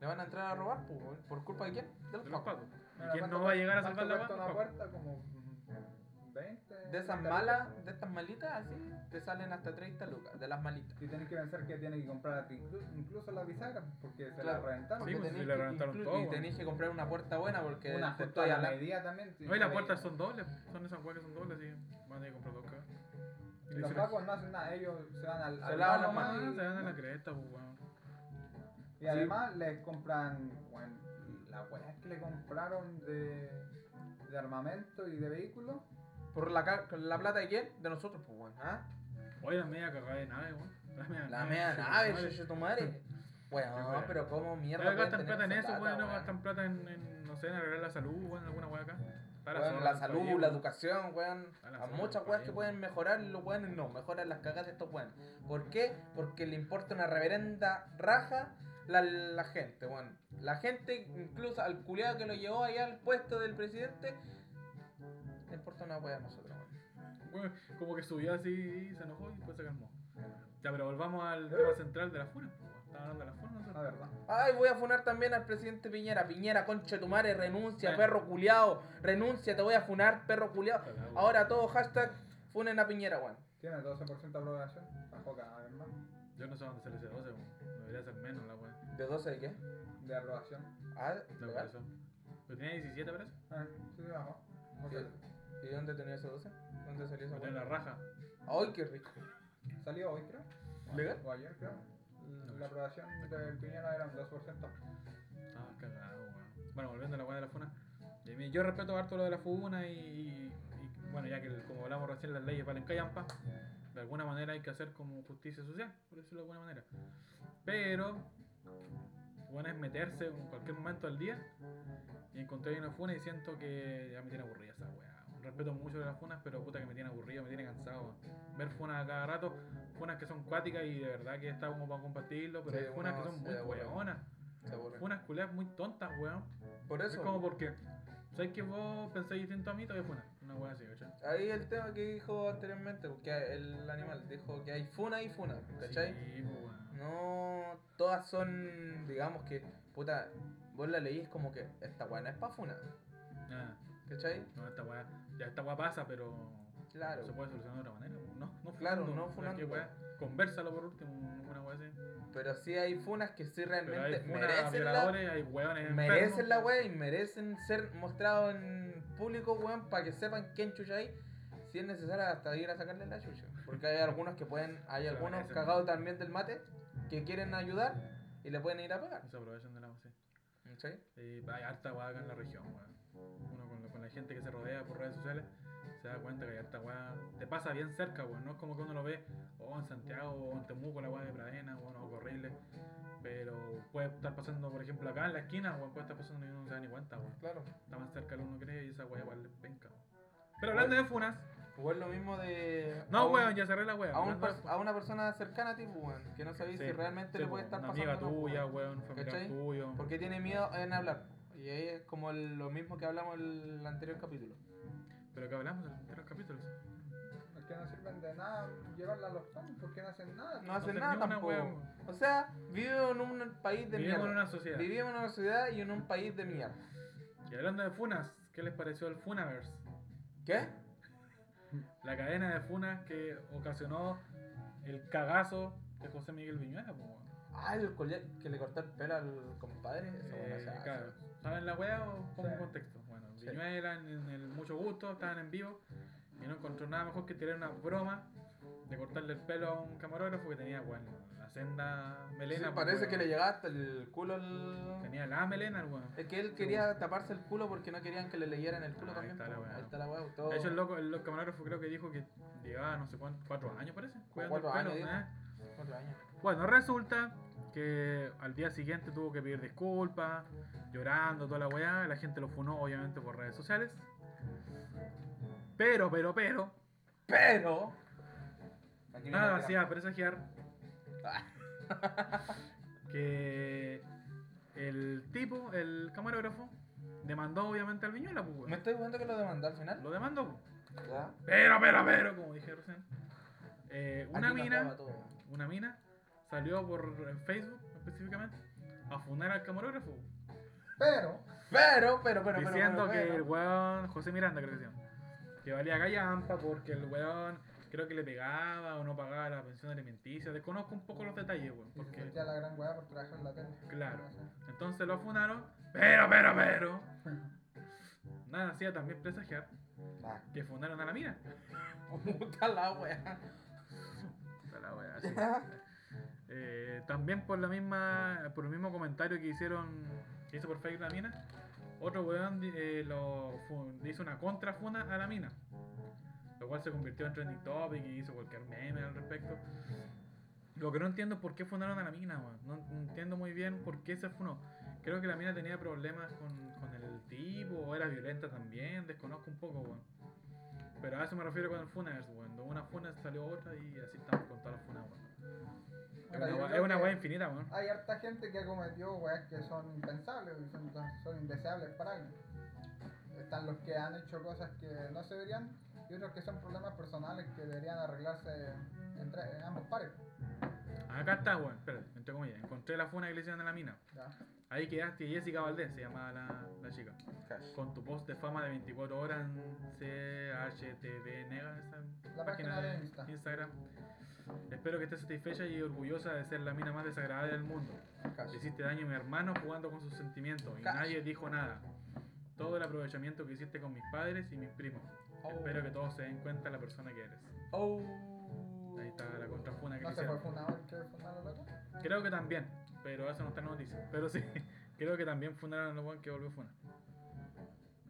Le van a entrar a robar, pues, weón. ¿Por culpa de quién? De De los los pacos. pagos. Mira, ¿Y quién ¿cuánto no va a llegar a cuesta- salvar la cuánto weá? una Los pagos. puerta? Como mm, 20. De esas 30 malas, de estas malitas, así, te salen hasta 30 lucas, de las malitas. Y tenés que pensar que tienen que comprar inclu- incluso las bisagras porque se las Claro. reventaron. Porque Sí, pues, tenés si le que reventaron inclu- todo, Y weón. tenés que comprar una puerta buena porque Una te justo estoy a la hablando. medida también. sí, No, y las se puertas veía. son dobles. Son esas weas que son dobles, sí. Van a tener que comprar dos cagas. Y Los se- pacos no hacen nada, ellos se van al. Se lavan al lado las Ah, manos. nomás se dan a la cresta, pues, weón. Y, y además les compran. Bueno, la weá que le compraron de, de armamento y de vehículos. ¿Por la, ca- con la plata de quién? De nosotros, pues, weón. ¿Ah? Oye, la media cagada de nave, weón. La media La media nave, madre. yo tu madre. Qué Bueno, weá. pero cómo mierda. No pueden gastan tener plata en esa eso, weón. No weón? gastan plata en, en, no sé, en arreglar la salud, weón, alguna weá acá. Está Weón, zorra la del salud, país, la weón. educación, weón. Está la Hay zorra muchas del weas país, que weón. pueden mejorar, los weones no, mejoran las cagas de estos weones. ¿Por qué? Porque le importa una reverenda raja la, la gente, weón. La gente, incluso al culiado que lo llevó allá al puesto del presidente, le importa una wea a nosotros, weón. Weón, Como que subió así y se enojó y después se calmó. Ya, pero volvamos al tema central de la funa. pues, Estaba hablando de la funa, La nosotros. verdad. Ay, voy a funar también al presidente Piñera. Piñera, concha de tu madre, renuncia, Bueno. perro culiado. Renuncia, te voy a funar, perro culiado. Ojalá, weón. Ahora todo hashtag funen a Piñera, weón. Tiene 12% de aprobación. Bajó cada vez más. Yo no sé dónde sale ese 12, weón. Debería ser menos la weá. ¿De 12 de qué? De aprobación. Ah, La legal. corazón. ¿Pero tenía 17, parece? Ah, sí, sí, bajó. Sí. ¿Y dónde tenía ese 12? ¿Dónde salió esa Pero tenía weá? la raja. Ay, qué rico. Salió hoy, creo. ¿Legal? O ayer, creo. No. La aprobación de Piñera era un 2%. Ah, cagado, weón. Bueno, volviendo a la weá de la funa. Y a mí- Yo respeto harto lo de la funa y, y- y, bueno, ya que el- como hablamos recién las leyes valen callampa, de alguna manera hay que hacer como justicia social, por decirlo de alguna manera. Pero, bueno, es meterse en cualquier momento del día y encontré una funa y siento que ya me tiene aburrida esa weá. Respeto mucho las funas, pero puta que me tiene aburrido, me tiene cansado. Ver funas a cada rato, funas que son cuáticas y de verdad que está como para compartirlo, pero Sí, hay funas uno que son se muy aburre. weonas. Se aburre. Funas culeas muy tontas, weón. Por Es eso. como porque, ¿sabes que vos pensáis distinto a mí? Te voy a funar. Una wea así, ¿cachai? Ahí el tema que dijo anteriormente, que el animal dijo que hay funa y funa, ¿cachai? Sí, pues, weón. No, todas son, digamos que, puta, vos la leís como que esta weá no es pa' funa, Ah, ¿cachai? no, esta wea, ya esta wea pasa, pero se Claro, puede solucionar de otra manera. weón. No, no Claro, funando, no ¿sabes funando, qué wea? Conversalo por último, una wea así. pero sí hay funas que sí Pero hay realmente funas, merecen la, violadores, hay weones merecen enfermos. la weá y merecen ser mostrados en público, weón, para que sepan quién chucha hay. Si es necesario hasta ir a sacarle la chucha. Porque hay algunos que pueden, hay Se algunos merecen. cagados también del mate que quieren ayudar y le pueden ir a pagar, Y Se aprovechan de la wea, sí. ¿cachai? Y hay harta weá acá en la región, weón. Uno con, la- con la gente que se rodea por redes sociales se da cuenta que hay harta weá. Te pasa bien cerca, weón. No es como que uno lo ve o en Santiago o en Temuco, la weá de Pradena, weón, o Corrible. Pero puede estar pasando, por ejemplo, acá en la esquina, weón, puede estar pasando y uno no se da ni cuenta, weón. Claro. Está más cerca de lo que uno cree y esa weá igual le penca, weón. Pero hablando de funas, O es lo mismo de. a no, un- weón, ya cerré la weá. A, un Hablando de pers- fu- a una persona cercana a ti, pues, weón, que no sabéis Sí, si realmente sí, le weón, puede estar una pasando. amiga algo, tuya, weón. weón, familiar ¿Cachai? tuyo. Porque tiene miedo en hablar. Y ahí es como el- lo mismo que hablamos en el anterior capítulo. Pero que hablamos en los anteriores capítulos. Es que no sirven de nada llevarla a los tonos porque no hacen nada. No hacen tenía nada una tampoco. wea, weón. O sea, vivimos en un país de Vivimos en mierda. una sociedad. Vivimos en una ciudad y en un país de mierda. Y hablando de funas, ¿qué les pareció el Funaverse? ¿Qué? La cadena de funas que ocasionó el cagazo de José Miguel Viñuela, po, weón. Ah, el colle- que le cortó el pelo al compadre. Eso, weón, Eh, o sea, claro. ¿Saben la wea o pongo Sí. en contexto? Bueno, Sí. Viñuela en, en el mucho gusto, estaban en vivo y no encontró nada mejor que tirar una broma de cortarle el pelo a un camarógrafo que tenía, bueno, la senda sí, melena. po, parece pues, weón. que le llegaba hasta el culo al. Tenía la melena, el weón. Es que él quería taparse el culo porque no querían que le leyeran el culo Ah, ahí también. está la po. weá. Ahí está la weá. Todo... De hecho, el loco, el camarógrafo creo que dijo que llevaba no sé cuántos, cuatro años parece, cuidando el cuatro pelo, años, ¿eh? Cuatro años. Bueno, resulta que al día siguiente tuvo que pedir disculpas, llorando, toda la weá. La gente lo funó, obviamente, por redes sociales. Pero, pero, pero, Pero. Aquí viene nada la- hacía presagiar Ah. que el tipo, el camarógrafo, demandó obviamente al Viñuela, pues, Me weón. estoy jugando que lo demandó al final. Lo demandó, pues. ¿Ya? Pero, pero, pero, como dije recién. eh, una Aquí nos mina. daba todo. una mina salió por Facebook específicamente a funar al camarógrafo Pero, Pero, pero, pero, pero. diciendo pero, que el pero. weón José Miranda creo que se llama que valía gallampa porque el weón creo que le pegaba o no pagaba la pensión alimenticia desconozco un poco los detalles weón y se porque sentía la gran weá por trabajar en la tele. claro entonces lo funaron pero pero pero nada hacía también presagiar Ah. que fundaron a la mina. Puta la wea. Puta la wea, sí. Eh, también por la misma por el mismo comentario que hicieron que hizo por Facebook la mina otro weón eh, lo fu- le hizo una contrafuna a la mina lo cual se convirtió en trending topic y hizo cualquier meme al respecto lo que no entiendo es por qué funaron a la mina weón. no entiendo muy bien por qué se funó creo que la mina tenía problemas con, con el tipo o era violenta también desconozco un poco weón. pero a eso me refiero con el funas weón. de una funa salió otra y así estamos con todas las funas weón. Es Ahora, una yo gua- creo es una que weá infinita, weón. Hay harta gente que ha cometido weas que son impensables, y son, son indeseables para alguien. Están los que han hecho cosas que no se deberían y otros que son problemas personales que deberían arreglarse entre en ambos pares. Acá está, weón. Espérate, entre comillas. Encontré la funa que le hicieron a la mina. ¿ya? Ahí quedaste Jessica Valdés, se llamaba la, la chica. Con tu post de fama de 24 horas en CHTV Nega, esa La página de Insta. Instagram. Espero que estés satisfecha y orgullosa de ser la mina más desagradable del mundo. Le hiciste daño a mi hermano jugando con sus sentimientos y Cash. nadie dijo nada. Todo el aprovechamiento que hiciste con mis padres y mis primos. Oh. Espero que todos se den cuenta de la persona que eres. Oh. Ahí está la contrafuna que le ¿No se hicieron. fue fundado el que fundaron loco? Creo que también, pero eso no está en la noticia. Pero sí, creo que también funaron a los weón que volvió funa.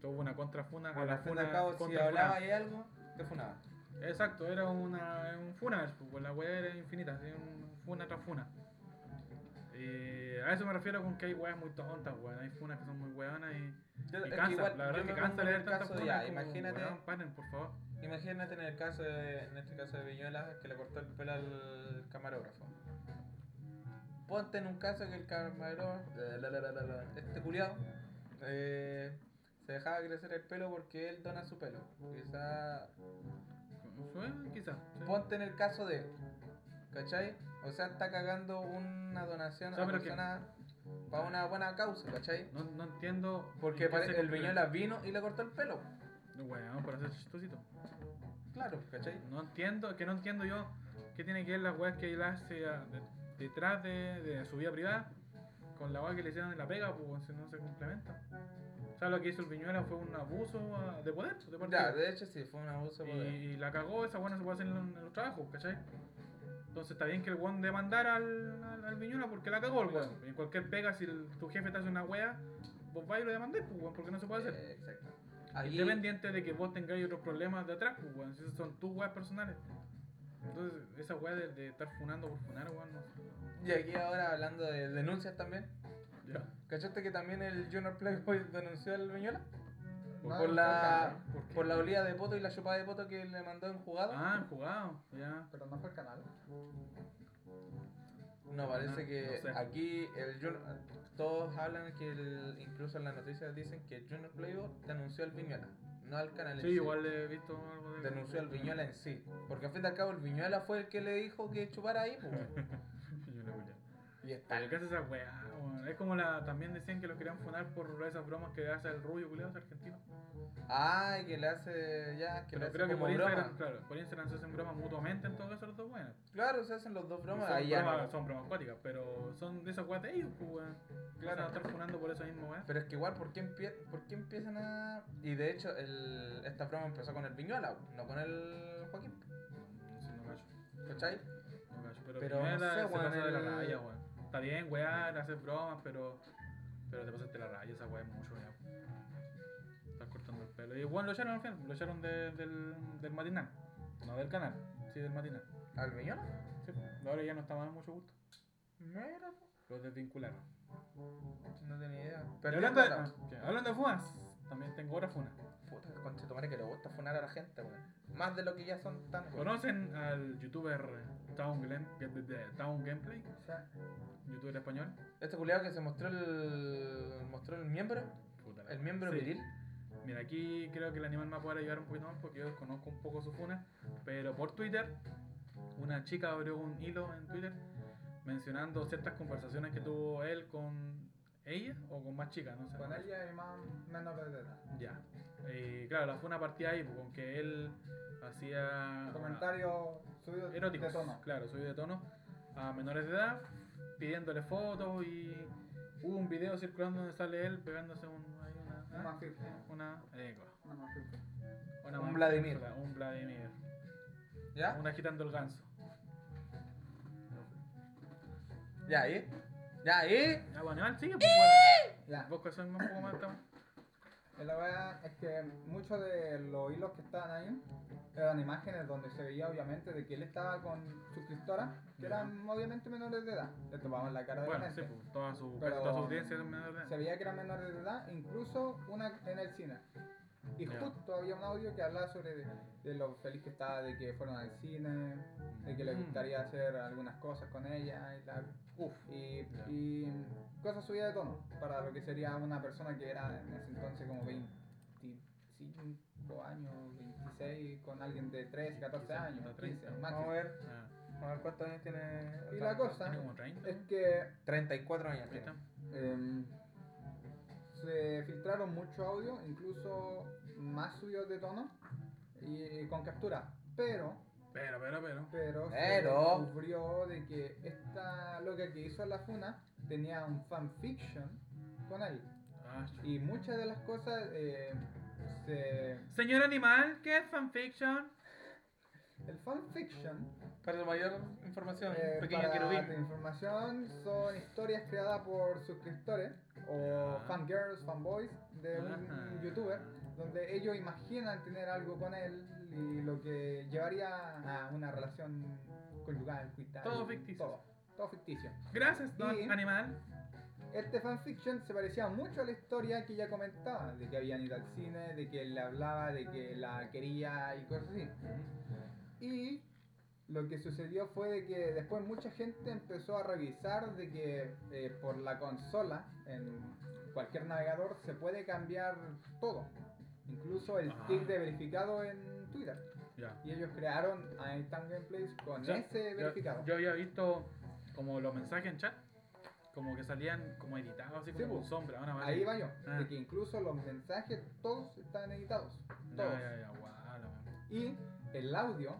Tuvo una contrafuna a Bueno, la al fin y al funa. cabo, si contrafuna. hablaba de algo, te funaba. Exacto, era una, un funa, pues la weá era infinita, así, un funa tras funa. Eh, a eso me refiero con que hay weas muy tontas, weón. Hay funas que son muy weonas y, Yo- y es que cansa. igual, la yo verdad es que me pongo cansa en el leer tantas caso funas. ya, como, imagínate, weón, paren, por favor. imagínate en el caso de, en este caso de Viñuela que le cortó el pelo al camarógrafo. Ponte en un caso que el camarógrafo, eh, la, la, la, la, la, este culiao, eh, se dejaba crecer el pelo porque él dona su pelo. Quizá Fue, quizás. sí. Ponte en el caso de. ¿Cachai? O sea, está cagando una donación O sea, a pero que- personas para una buena causa, ¿cachai? No, no entiendo. Porque en qué se pare- el convirtió. Viñuela vino y le cortó el pelo. Weón, por hacer chistosito. Claro, ¿cachai? No entiendo, que no entiendo yo qué tiene que ver las weas que él hace a- de- detrás de, de su vida privada con la wea que le hicieron en la pega, pues si no se complementa. O sea, lo que hizo el Viñuela fue un abuso ah, de poder, de parte Ya, de- de hecho sí, fue un abuso de y, poder. y la cagó, esa wea no se puede hacer en, los- en los trabajos, ¿cachai? Entonces está bien que el weón demandara al, al, al Viñuela porque la cagó el weón. En cualquier pega, si el- tu jefe te hace una wea, vos vais y lo demandás, pues weón, porque no se puede hacer. Eh, exacto. Ahí, Independiente de que vos tengáis otros problemas de atrás, pues, weón. Si Esas son tus weas personales. Entonces, esa wea de, de estar funando por funar, weón. No. y aquí ahora hablando de denuncias también. Ya. ¿Cachaste que también el Junior Playboy denunció al Viñuela? Ah, No, por Por no, la, ¿Por qué? por la olía de poto y la chupada de poto que le mandó en jugada. Ah, han jugado. Ya. Pero no fue el canal. No, parece Ah, que no sé. aquí el Junior- todos hablan que el- incluso en las noticias dicen que Junior Playboy denunció al Viñuela, no al canal en Sí, sí. igual he visto algo de. Denunció al Viñuela en sí, porque al fin y al cabo el Viñuela fue el que le dijo que chupara ahí, pues, weón. Viñuela, Julián. Y está Pero el ¿qué hace esa wea, weón? Es como la. También decían que lo querían funar por esas bromas que hace el rubio, culiado, ese argentino. Ah, que le hace ya, que Pero le creo hace que como por broma. Instagram, claro, por Instagram se hacen bromas mutuamente, en todo caso, los dos weones. Claro, se hacen los dos bromas. son, ahí ya bromas no. son bromas acuáticas, pero son de esas weas de ellos, pues, weón. Claro, Claro. a estar funando por eso mismo, weón. Pero es que igual, ¿por qué, empie- por qué empiezan a...? Y de hecho, el, esta broma empezó con el Viñuela, no con el Joaquín, No sé, no cacho. ¿cachai? No cacho, pero, Pero Piñera no sé, se weón, pasa de la el- raya, weón. Está bien, weón, hacer bromas, pero. Pero te pasaste la raya, esa weón es mucho, weón. Estás cortando el pelo. Y weón, lo echaron al final, lo echaron de- del, del matinal. No del canal, sí del matinal. ¿Al Viñuela? Sí, pues, ahora ya no está más mucho gusto. Mira, Lo desvincularon. No tenía idea. Y Pero hablando, de, ah, ok, hablando de funas, también tengo otra funa. Puta, conche tu madre que le gusta funar a la gente, weón. Más de lo que ya son tan. weón. ¿Conocen al youtuber Town, Glen, de- de- Town Gameplay? O sea, ¿Youtuber español? Este culiado que se mostró el. mostró el miembro, Puta la el weá. miembro Sí. viril. Mira, aquí creo que el animal me podrá ayudar un poquito más porque yo conozco un poco su funa, pero por Twitter, una chica abrió un hilo en Twitter mencionando ciertas conversaciones que tuvo él con ella o con más chicas, no sé. con ella y más menos de edad. Ya. Y claro, la funa partía ahí, pues, con que él hacía... Comentario subido eróticos, de tono. claro, subido de tono a menores de edad, pidiéndole fotos y hubo un video circulando donde sale él pegándose un, ahí una, Una firma. una- eh, claro. Una más firme. Una Un más Vladimir. película, Un Vladimir. Ah. ¿Ya? Una agitando el ganso. ¿Ya ahí? ¿Ya ahí? Ya, bueno, igual sigue, pues, bueno. Ya. eh, Vos que sois un poco más tam- La verdad es que muchos de los hilos que estaban ahí eran imágenes donde se veía obviamente de que él estaba con suscriptoras que eran obviamente menores de edad. Le tomaban la cara de la Bueno, sí, gente. pues, toda su, Pero- casi toda su audiencia es menor de edad. Se veía que eran menores de edad, incluso una en el cine. Y Ya. justo había un audio que hablaba sobre de, de lo feliz que estaba de que fueron al cine, de que le Mm. gustaría hacer algunas cosas con ella y tal. Uf. y, Ya. y cosas subidas de tono para lo que sería una persona que era en ese entonces como 25 años, 26, con alguien de 13, 14 Quizás años, hasta 15, 30. Vamos a máximo. ver, Ah, vamos a ver cuántos años tiene. Y la cosa tiene como 30. es que 34 años tiene. ¿viste? em, se filtraron mucho audio, incluso más subidos de tono y con captura, pero Pero, pero, pero. pero, Pero- se descubrió de que esta loca que hizo la funa tenía un fanfiction con él. Ah, chu- Y muchas de las cosas eh, se... Señor animal, ¿qué es fanfiction? El fanfiction, Para la mayor información, eh, pequeño para tu querubín. información, son historias creadas por suscriptores o Ah. fangirls, fanboys de Eh, un Ajá. youtuber, donde ellos imaginan tener algo con él y lo que llevaría a una relación conyugal, cuital, Todo ficticio. Todo, todo ficticio. Gracias, don Y- animal. Este fanfiction se parecía mucho a la historia que ella comentaba, de que habían ido al cine, de que él le hablaba, de que la quería y cosas así. Y lo que sucedió fue de que después mucha gente empezó a revisar de que eh, por la consola, en cualquier navegador, se puede cambiar todo. Incluso el Ah. tick de verificado en Twitter. Ya. Y ellos crearon a Instant Gameplays con Ya, ese yo- verificado. Yo, había visto como los mensajes en chat, como que salían como editados, así como Sí, con pues. sombra. Una Ahí va yo, Ah. de que incluso los mensajes todos están editados. Todos. Ya, ya, ya, guau, la wea. Y el audio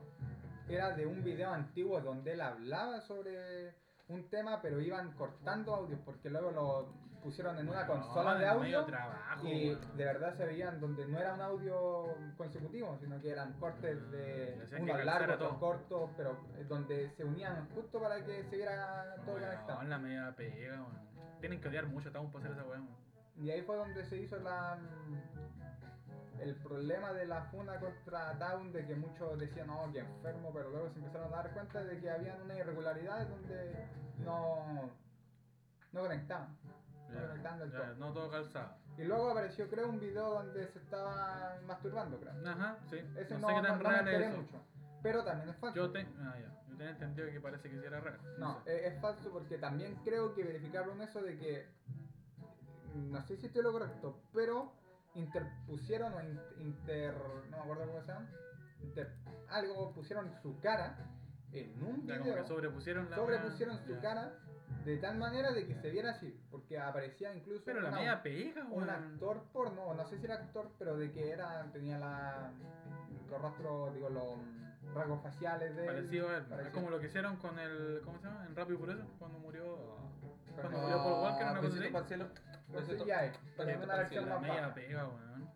era de un video antiguo donde él hablaba sobre un tema, pero iban cortando audios porque luego lo pusieron en una Weón, consola de medio audio. trabajo, Y weón. de verdad se veían donde no era un audio consecutivo, sino que eran cortes Ah, le de hacían que unos calzara largos, todo. otros cortos, pero eh, donde se unían justo para que se viera todo Weón, conectado. la media pega, weón. Tienen que odiar mucho, estamos para hacer esa weá, weón. Y ahí fue donde se hizo la mm, el problema de la funa contra Down, de que muchos decían, no, que enfermo, pero luego se empezaron a dar cuenta de que habían unas irregularidades donde no, no conectaban. Ya, Conectando el ya, todo. no todo calzado. Y luego apareció, creo, un video donde se estaba masturbando, creo. Ajá, sí. Ese no, no, sé qué tan no- no me real es enteré eso. mucho. Pero también es falso. Yo, te... ah, ya. Yo tenía entendido que parece que sí era real. No, sé. es, es falso porque también creo que verificaron eso de que, mm, no sé si estoy lo correcto, pero interpusieron o in- inter, no me acuerdo cómo se llama, inter- algo, pusieron su cara en un Ya como video, que sobrepusieron la weá, sobrepusieron su ya. cara de tal manera de que se viera así, porque aparecía incluso Pero la una- media pega, un weón. actor porno, no sé si era actor, pero de que era, tenía la, los rostros, digo, los rasgos faciales de... él, Parecido a él. Es parecido. como lo que hicieron con el. ¿Cómo se llama? En Rápido y Furioso, cuando murió. Cuando pero no- murió Paul Walker, una cosa Besito así. pa'l cielo. No sé, Besito. ya es, pero Parece en una versión La más media baja. pega, weón.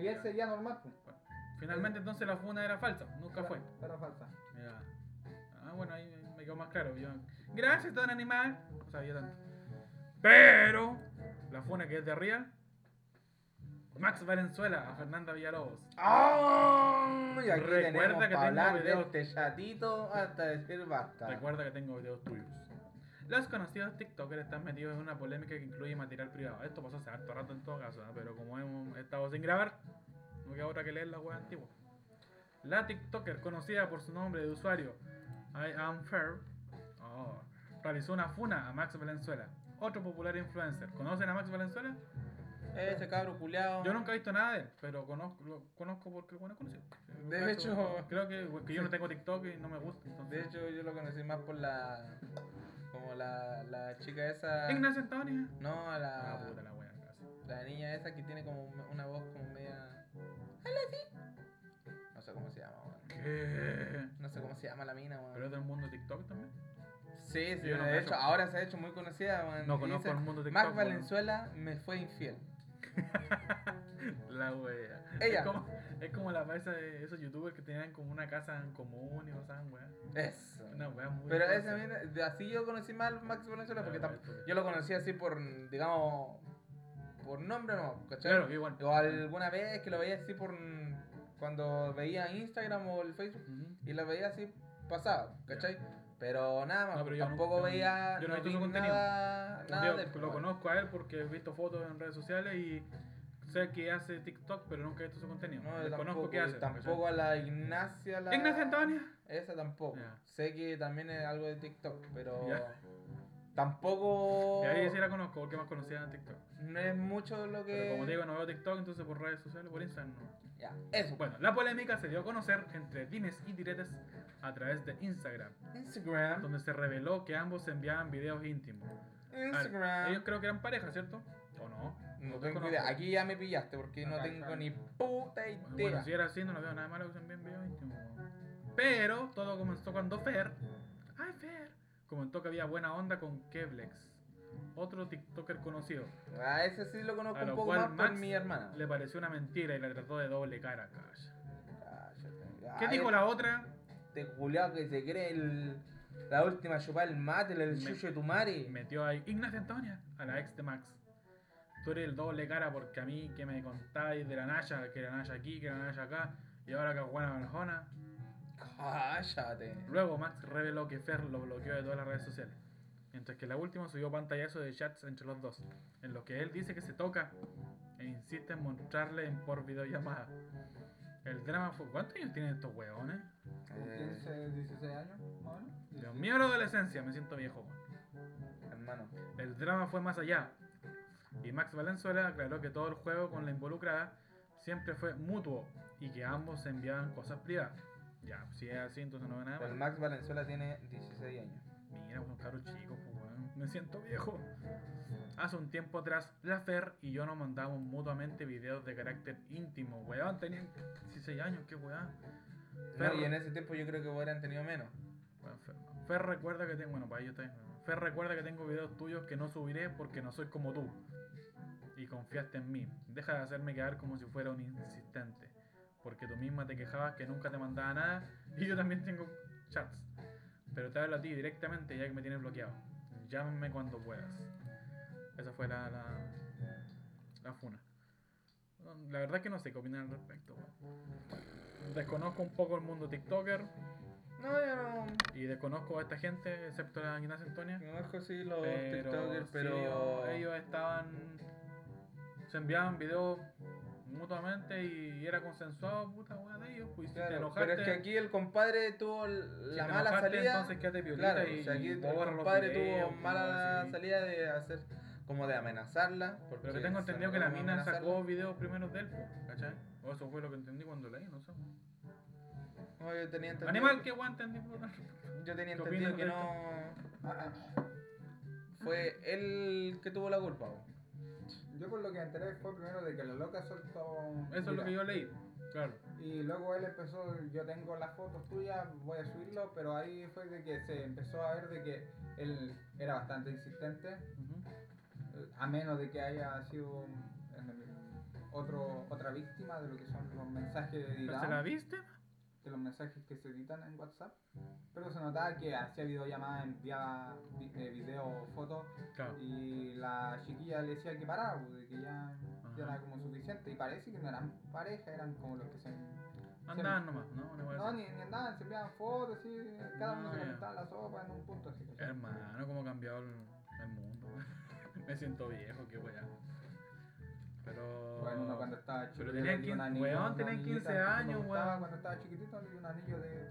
Y él sería normal, pues, Finalmente entonces la funa era falsa, nunca pero- fue. Pero falsa. Ya. Ah, bueno, ahí me quedó más claro. Yo, Gracias, don animal. No sabía tanto. Pero, la funa que es de Real. Max Valenzuela a Fernanda Villalobos. ¡Ah! Y aquí Recuerda tenemos que para tengo hablar de videos. este chatito hasta decir basta. Recuerda que tengo videos tuyos. Los conocidos TikTokers están metidos en una polémica que incluye material privado. Esto pasó hace harto rato en todo caso, ¿eh? pero como hemos estado sin grabar, no queda otra que leer la web antigua. La TikToker, conocida por su nombre de usuario I Am Fair, oh, realizó una funa a Max Valenzuela, otro popular influencer. ¿Conocen a Max Valenzuela? Ese Este cabro culiao. Yo nunca he visto nada de él, pero conozco, lo conozco porque bueno, conocido. De Cacho, hecho- creo que, que yo no tengo TikTok y no me gusta. De Entonces. hecho, yo lo conocí más por la. Como la, la chica esa. Ignacio Antonia. No, Ah, la, puta la wea, casi. la niña esa que tiene como un- una voz como media. ¡Hola, sí! No sé cómo se llama, weón. ¿Qué? No sé cómo se llama la mina, ¿Pero weón. es del mundo TikTok también? Sí, sí, yo no de cacho. hecho, ahora se ha hecho muy conocida, weón. No Y conozco dice, el mundo TikTok. Mac weón. Valenzuela me fue infiel. La wea. Ella. Es como, es como la paisa de esos youtubers que tenían como una casa en común y no saben wea. Eso. Una wea muy. Pero falsa. ese también, de- así yo conocí mal Max Valenzuela porque La tam- wea estúpida. yo lo conocí así por, digamos, por nombre no, ¿cachai? Claro, que igual. O alguna vez que lo veía así por. cuando veía Instagram o el Facebook Ujú. y lo veía así pasado, ¿cachai? Pero nada más, No, pero yo tampoco nunca- veía. yo no he visto vi su contenido. Nada, nada Yo de- lo conozco a él porque he visto fotos en redes sociales y sé que hace TikTok, pero nunca he visto su contenido. No, yo Desconozco tampoco, qué y hace. tampoco a la Ignacia. La... ¿cachai? Ignacia Antonia. Esa tampoco. Ya. Sé que también es algo de TikTok, pero. Ya. Tampoco. Y ahí sí la conozco porque más conocida en TikTok. No es mucho lo que. Pero como digo, no veo TikTok, entonces por redes sociales, por Instagram no. Ya, eso. Bueno, la polémica se dio a conocer entre dimes y diretes a través de Instagram, Instagram. donde se reveló que ambos se enviaban videos íntimos. A ver, Instagram. ellos creo que eran pareja, ¿cierto? ¿O no? No te tengo conozco. idea. Aquí ya me pillaste porque no Acá, tengo acá. ni puta Bueno, idea. si era así, no lo veo nada malo que se envíen videos íntimos. Pero todo comenzó cuando Fer, ay Fer, comentó que había buena onda con Keblex, otro TikToker conocido. A Ah, ese sí lo conozco A un lo poco cual más por Max mi hermana. Le pareció una mentira y la trató de doble cara, calla. Ah, ya está. ¿Qué Ah, dijo la otra? Este culiao que se cree el, la última chupada del mate, el, Me- chucho de tu madre. Y metió ahí Ignacia Antonia, a la ex de Max. Tú eres el doble cara porque a mí que me contáis de la Naya, que la Naya aquí, que la Naya acá, y ahora que Juana Manjona. Cállate. Luego Max reveló que Fer lo bloqueó de todas las redes sociales. Mientras que la última subió pantallazo de chats entre los dos, en los que él dice que se toca e insiste en mostrarle en por videollamada. El drama fue. ¿Cuántos años tienen estos hueones? Como Eh, 15, 16 años, más o menos. Dios mío, la adolescencia, me siento viejo. weón. hermano. El drama fue más allá. Y Max Valenzuela aclaró que todo el juego con la involucrada siempre fue mutuo y que ambos se enviaban cosas privadas. Ya, si es así, entonces no veo nada. El malo. Max Valenzuela tiene 16 años. Mira, unos cabros chicos, pues, weón. me siento viejo. Hace un tiempo atrás, la Fer y yo nos mandábamos mutuamente videos de carácter íntimo, weón. Tenían 16 años, qué weón. No, Perro. y en ese tiempo yo creo que hubieran tenido menos. Bueno, Fer, Fer recuerda que tengo. Bueno, para ellos está bien. Fer recuerda que tengo videos tuyos que no subiré porque no soy como tú. Y confiaste en mí. Deja de hacerme quedar como si fuera un insistente. Porque tú misma te quejabas que nunca te mandaba nada. Y yo también tengo chats. Pero te hablo a ti directamente ya que me tienes bloqueado. Llámame cuando puedas. Esa fue la. la, la funa. No, La verdad es que no sé qué opinar al respecto. weón. Desconozco un poco el mundo TikToker. No, yo no. Y desconozco a esta gente, excepto la Ignacia Antonia. No es así los pero TikTokers, sí, pero. ellos, ellos estaban. Se enviaban videos mutuamente y era consensuado, puta weá de ellos. Pues y si te Claro, enojaste. pero es que aquí el compadre tuvo si la te mala enojaste, salida. Entonces quédate violita Claro, y. o sea, y aquí el borra los compadre videos, tuvo pues, mala así. salida de hacer, como de amenazarla. Porque Pero que tengo se entendido que la notaba mina amenazarla. sacó videos primeros de él, pues, ¿cachai? O eso fue lo que entendí cuando leí, no sé. No, yo tenía entendido. Animal, que guante entendí. por la- Yo tenía ¿Qué entendido opinas que de no. Ah, ah. Fue él que tuvo la culpa. bo. Yo por lo que me enteré fue primero de que la loca soltó... Eso es lo Mira, que yo leí, claro. Y luego él empezó, yo tengo las fotos tuyas, voy a subirlo, pero ahí fue de que se empezó a ver de que él era bastante insistente, Ujú. eh, a menos de que haya sido eh, otro, otra víctima de lo que son los mensajes ¿Pero ¿Se la editados, viste? de los mensajes que se editan en WhatsApp. Mm. Pero se notaba que hacía videollamadas, enviaba vi- eh, video, fotos, Claro. y la chiquilla le decía que paraba, pues, de que ya, ya Ajá. era como suficiente. Y parece que no eran pareja, eran como los que se. Andaban nomás, ¿no? Una weá No, así. ni, ni andaban, se enviaban fotos, así, cada uno se Ah, ya. calentaba la sopa en un punto así. ¿cachai? Hermano, cómo ha cambiado el, el mundo. Me siento viejo, qué weá. Pero. Bueno, uno cuando estaba chiquito. Pero tenían le dio un 15 anillo weón, a una tenían niñita 15 que me años, gustaba weón. Cuando estaba chiquito le dio un anillo de.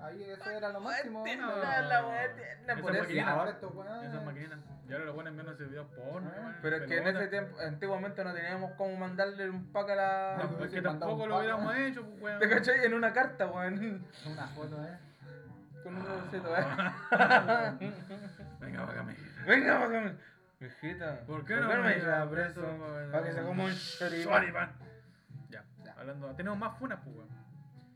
Ahí eso era lo máximo. Tierna, weón. no, la wea tierna, Esa por eso. Y maquinita, ahora estos Esas weones. máquinas. Y ahora lo ponen menos ese video porno, Ah, weón. Pero es que en Pelota. ese tiempo, antiguamente no teníamos cómo mandarle un pack a la. No, es que se mandaba tampoco un lo pack. hubiéramos hecho, pues, weón. ¿Te cachai? En una carta, weón. Una foto, eh. Con un roboncito, eh. Venga, págame. Venga, bájame. Mijita. ¿Por qué no me me lleva lleva preso? preso, weón? Para que se coma un choripán. Iván! Ya, Ya. hablando. Tenemos más funas, pues, weón.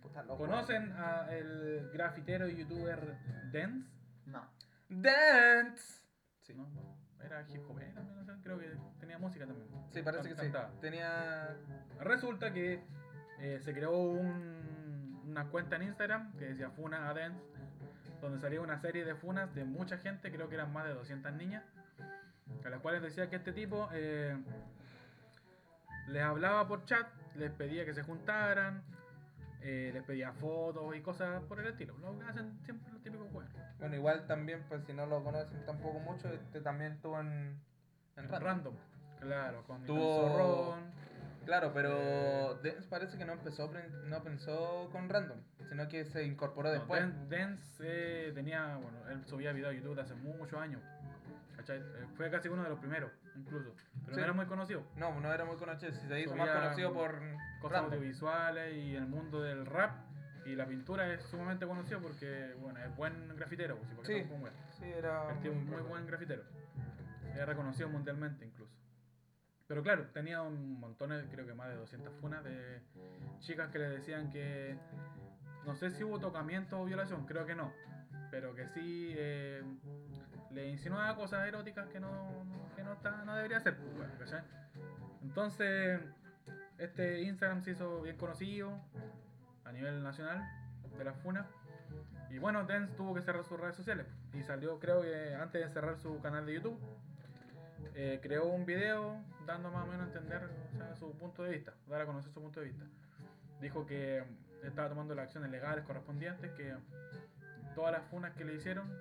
Puta loco. ¿Conocen a el grafitero y youtuber Dance? No. Dance. Sí. No, era hip hopero, no sé, creo que tenía música también. Sí, parece que sí. Cantaba. Tenía. Resulta que eh, se creó un- una cuenta en Instagram que decía Funa Adens, donde salía una serie de funas de mucha gente, creo que eran más de 200 niñas, a las cuales decía que este tipo eh, les hablaba por chat, les pedía que se juntaran, eh, les pedía fotos y cosas por el estilo. Lo que hacen siempre los típicos juegos. Bueno, igual también, pues si no lo conocen tampoco mucho, este también estuvo en. En Random. random. Claro, con Nicolás Tuvo- Zorrón. Claro, pero Eh. Dance parece que no empezó, prin- no pensó con Random, sino que se incorporó No, después. Dan- Dance eh, tenía, bueno, él subía videos a YouTube de hace muchos años. ¿cachai? Eh, Fue casi uno de los primeros, incluso. Pero Sí. no era muy conocido. No, no era muy conocido, si se hizo más Subía conocido por Cosas Random. audiovisuales y el mundo del rap y la pintura es sumamente conocido porque, bueno, es buen grafitero. pues, ¿y por qué Sí. tampoco es bueno? Sí, era El tío es muy buen grafitero. Es reconocido mundialmente incluso. Pero claro, tenía un montón, de- creo que más de 200 funas de chicas que le decían que... No sé si hubo tocamiento o violación, creo que no. Pero que sí eh, le insinuaba cosas eróticas que no, que no, está- no debería hacer. pues, weón, ¿cachai? Entonces, este Instagram se hizo bien conocido a nivel nacional de las funas. Y bueno, Dance tuvo que cerrar sus redes sociales. Y salió, creo que antes de cerrar su canal de YouTube, eh, creó un video dando más o menos a entender o sea, su punto de vista, dar a conocer su punto de vista. Dijo que mm, estaba tomando las acciones legales correspondientes, que todas las funas que le hicieron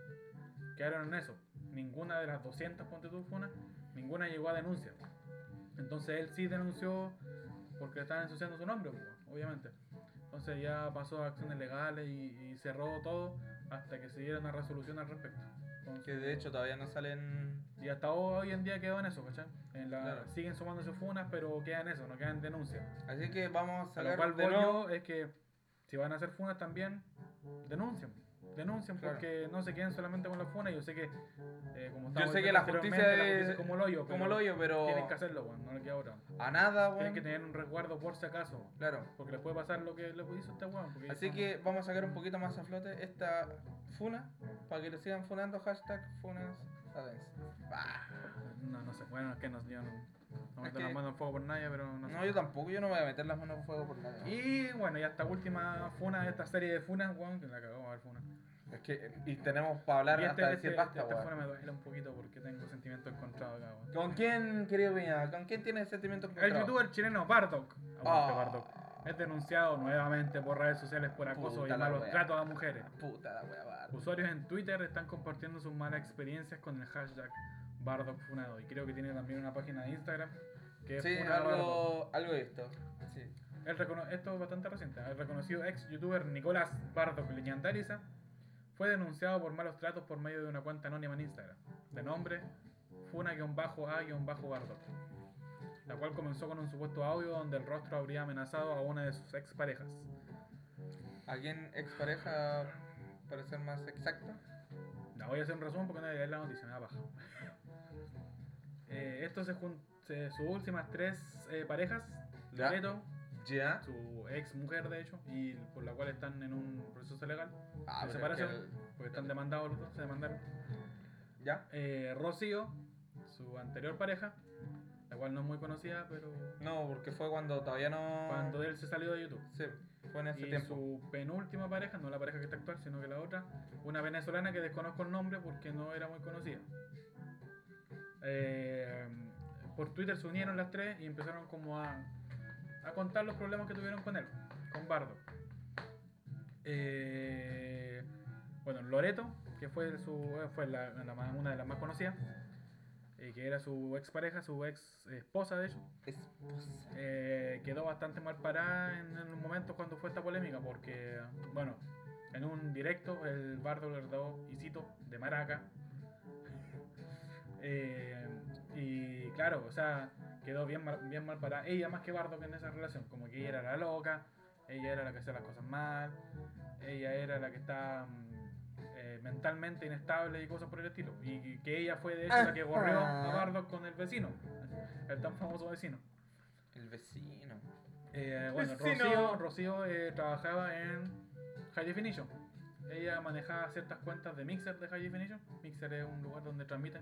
quedaron en eso. Ninguna de las 200 ponte tú, funas, ninguna llegó a denuncia. Entonces él sí denunció porque le estaban ensuciando su nombre, pues, obviamente. Entonces ya pasó a acciones legales y, y cerró todo hasta que se diera una resolución al respecto. Entonces, Que de hecho todavía no salen. y hasta hoy en día quedó en eso, ¿cachai? En la, Claro. Siguen sumando sus funas, pero quedan eso, no quedan denuncias. Así que vamos a A lo sacar cual de voy nuevo. yo es que si van a hacer funas también, denuncien. Denuncien Claro. porque no se queden solamente con las funas. Yo sé que, eh, como estaba Yo sé que diciendo la justicia anteriormente, la es- justicia como el hoyo, Como pero lo oyo, pero. tienen que hacerlo, weón, no le queda otra. A nada, Tienen weón. que tener un resguardo por si acaso, weón, Claro. porque les puede pasar lo que le hizo este weón. porque Así son- que vamos a sacar un poquito más a flote esta funa para que lo sigan funando. Hashtag funas a Dance. Bah. No, no sé, bueno, es que nos dieron. No Es meto que- las manos en fuego por nadie, pero no, sé. No, yo tampoco, yo no me voy a meter las manos al fuego por nada. Y bueno, y esta última funa de esta serie de funas, weón, que la cagamos a ver funa. Es que, y tenemos para hablar y este hasta decir basta, esta weón. funa me duele un poquito porque tengo sentimientos encontrados acá, weón. ¿Con quién, querido Piña? ¿Con quién tienes sentimientos El encontrados? youtuber Este chileno Bardock, aguante Bardock, Ah, es denunciado nuevamente por redes sociales por acoso Puta y la malos wea. tratos a mujeres. Puta la wea, Bardock. Usuarios en Twitter están compartiendo sus malas experiencias con el hashtag Bardock Funado. Y creo que tiene también una página de Instagram que Este es Sí, Funa Bardock. algo, algo de esto. Sí. El recono- esto es bastante reciente. ¿eh? El reconocido ex youtuber Nicolás Bardock Leñandariza fue denunciado por malos tratos por medio de una cuenta anónima en Instagram, de nombre Funa-A-Bardock, la cual comenzó con un supuesto audio donde el rostro habría amenazado a una de sus exparejas. ¿A quién expareja, para ser más exacto? La voy a hacer un resumen porque no voy a leer la noticia, me da paja. Eh, esto se, jun- se- sus últimas tres eh, parejas, Ya. Loreto, ¿Ya? su ex mujer de hecho, y por la cual están en un proceso legal, Ah, ¿Se pero es que separación? el- porque están demandados los dos, se demandaron. ¿Ya? Eh, Rocío, su anterior pareja, la cual no es muy conocida, pero No, porque fue cuando todavía no... cuando él se salió de YouTube. Sí, fue en ese y tiempo. su penúltima pareja, no la pareja que está actual, sino que la otra, una venezolana que desconozco el nombre porque no era muy conocida. Eh, por Twitter se unieron las tres y empezaron como a, a contar los problemas que tuvieron con él, con Bardo. Eh, bueno, Loreto, que fue, su, eh, fue la- la más- una de las más conocidas, eh, que era su expareja, su ex esposa de hecho Esposa. eh, quedó bastante mal parada en, en los momentos cuando fue esta polémica, porque, bueno, en un directo el bardo le dio y cito, de Maraca. Eh, y claro, o sea, quedó bien mal, bien mal parada ella más que Bardo que en esa relación, como que ella era la loca, ella era la que hacía las cosas mal, ella era la que estaba mm, eh, mentalmente inestable y cosas por el estilo, y, y que ella fue de hecho la que borreó a Bardo con el vecino, el tan famoso vecino. El vecino. Eh, bueno, Vecino. Rocío, Rocío, eh, trabajaba en High Definition. Ella manejaba ciertas cuentas de Mixer de High Definition. Mixer es un lugar donde transmiten.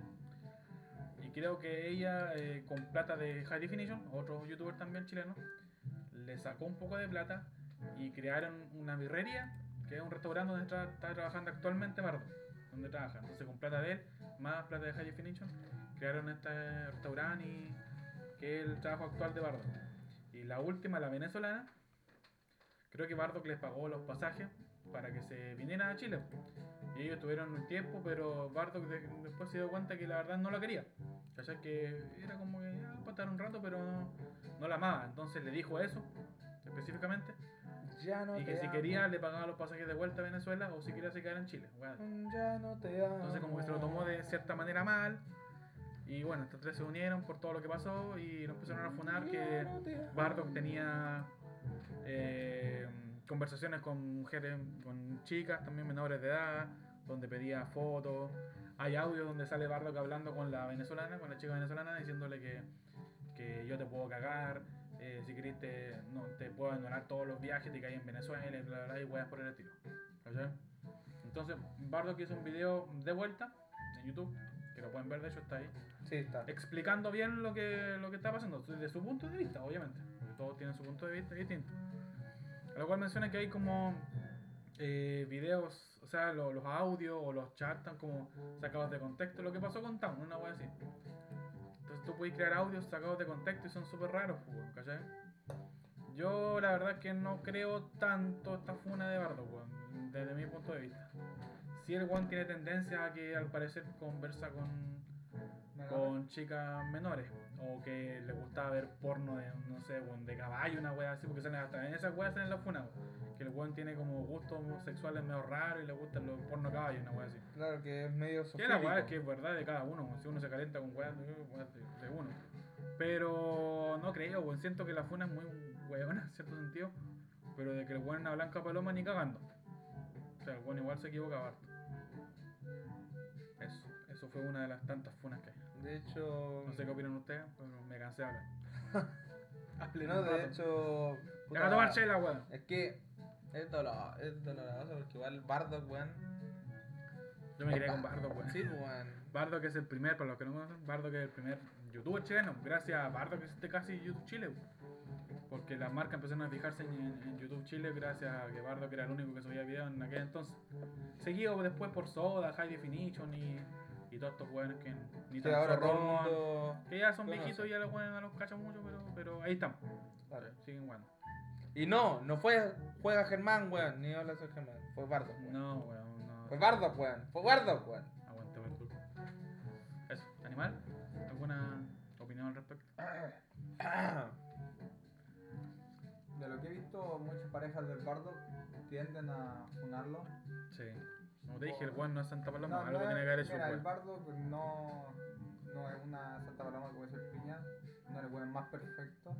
Y creo que ella, eh, con plata de High Definition, otro youtuber también chileno, le sacó un poco de plata y crearon una birrería, que es un restaurante donde está, está trabajando actualmente Bardo, donde trabaja. Entonces, con plata de él, más plata de High Definition, crearon este restaurante y- que es el trabajo actual de Bardo. Y la última, la venezolana, creo que Bardo les pagó los pasajes para que se vinieran a Chile. Y ellos tuvieron un tiempo, pero Bardock de- después se dio cuenta que la verdad no la quería. ¿Cachai? Que era como que ah, pasar un rato, pero no, no la amaba. Entonces le dijo eso, específicamente. Ya no y te que si amo. Mm. quería le pagaba los pasajes de vuelta a Venezuela o si quería se quedara en Chile. Weá. Ya no te amo. Entonces como que se lo tomó de cierta manera mal. Y bueno, estos tres se unieron por todo lo que pasó y lo empezaron a funar que Bardock tenía eh, conversaciones con mujeres, con chicas también menores de edad, donde pedía fotos. Hay audios donde sale Bardock hablando con la venezolana, con la chica venezolana, diciéndole que, que yo te puedo cagar, eh, si querés te, no, te puedo abandonar todos los viajes, te caí en Venezuela, y bla, bla, bla, y weas por el estilo. ¿Cachai? Entonces, Bardock hizo un video de vuelta en YouTube, que lo pueden ver, de hecho está ahí Sí, está. explicando bien lo que, lo que está pasando, desde su punto de vista, obviamente, porque todos tienen su punto de vista distinto. A lo cual menciona que hay como eh, videos, o sea, lo- los audios o los chats están como sacados de contexto, lo que pasó con Town, una wea así. Entonces tú puedes crear audios sacados de contexto y son súper raros, pues, weón, ¿cachai? Yo la verdad es que no creo tanto esta funa de Bardo, weón, desde mi punto de vista. Si el one tiene tendencia a que al parecer conversa con con chicas menores o que les gustaba ver porno de, no sé, weón, de caballo, una wea así, porque salen hasta en esas weas salen los funados. Que el weón tiene como gustos sexuales medio raros y le gustan los porno de caballo, una wea así. Claro que es medio Que la weá sofílico. es que es verdad de cada uno, weón. si uno se calienta con weas de, weas de- de uno. Pero no creo, weón. siento que la funa es muy weona en cierto sentido, pero de que el weón es una blanca paloma ni cagando. O sea, el weón igual se equivoca harto. Eso, eso fue una de las tantas funas que hay. De hecho. No sé qué opinan ustedes, pero me cansé de hablar. Hablen No, un de rato. hecho. Ya puta, va a tomar chela, weón. Es que. Es, dolor, es doloroso porque igual Bardock, weón. Yo me quedé con Bardo, weón. Sí, weón. Bardo que es el primer, para los que no conocen, Bardo que es el primer youtuber chileno. Gracias a Bardo que existe casi YouTube Chile. weón. Porque las marcas empezaron a fijarse en, en- en YouTube Chile gracias a que Bardo que era el único que subía videos en aquel entonces. Seguido después por Soda, High Definition y, y todos estos weones que ni Que tan ahora todo el zorrón, mundo. Que ya son conoce. viejitos y ya los weones no los cachan mucho, pero, pero ahí están. Siguen jugando. Y no, no fue Juega Germán, weón. Ni habla sobre Germán. Fue Bardock, weón. No, weón, no. Fue Bardock, weón. Fue Bardock, weón. Aguante Bardock. Eso, animal, ¿alguna opinión al respecto? Ah, De lo que he visto, muchas parejas del bardo tienden a funarlo. Sí. Como te dije, el Juan no es Santa Paloma, algo es- tiene que haber hecho mira, el el Juan. bardo pues, no, no es una Santa Paloma como es el piña, no es el weón más perfecto.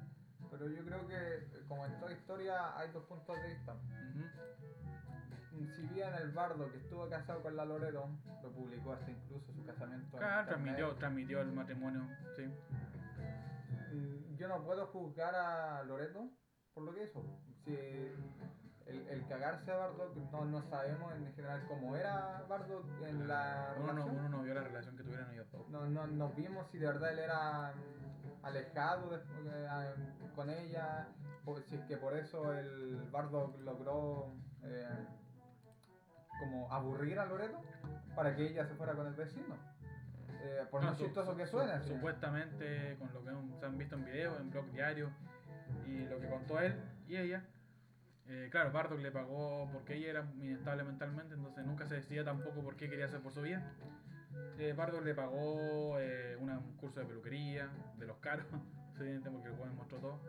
Pero yo creo que, eh, como en toda historia, hay dos puntos de vista. Ujú. Si bien el bardo que estuvo casado con la Loreto, lo publicó hasta incluso su casamiento. en Claro, internet, transmitió, transmitió el matrimonio, sí. Mm, yo no puedo juzgar a Loreto por lo que hizo. Si el, el cagarse a Bardock, no, no sabemos en general cómo era Bardock en la Uno no, relación. uno no vio la relación que tuvieron ellos dos. No, no, nos vimos si de verdad él era mm, alejado de- eh, a- con ella, o si es que por eso el bardo logró eh, como aburrir a Loreto para que ella se fuera con el vecino. Eh, por No, más Ah, su- chistoso su- que su- suene. sí. Supuestamente, con lo que han- se han visto en videos, en blog diario, y lo que contó él y ella, eh, claro, Bardock le pagó porque ella era inestable mentalmente, entonces nunca se decía tampoco por qué quería hacer por su vida. Eh, Bardock le pagó eh, una- un curso de peluquería, de los caros, evidente porque el juego mostró todo.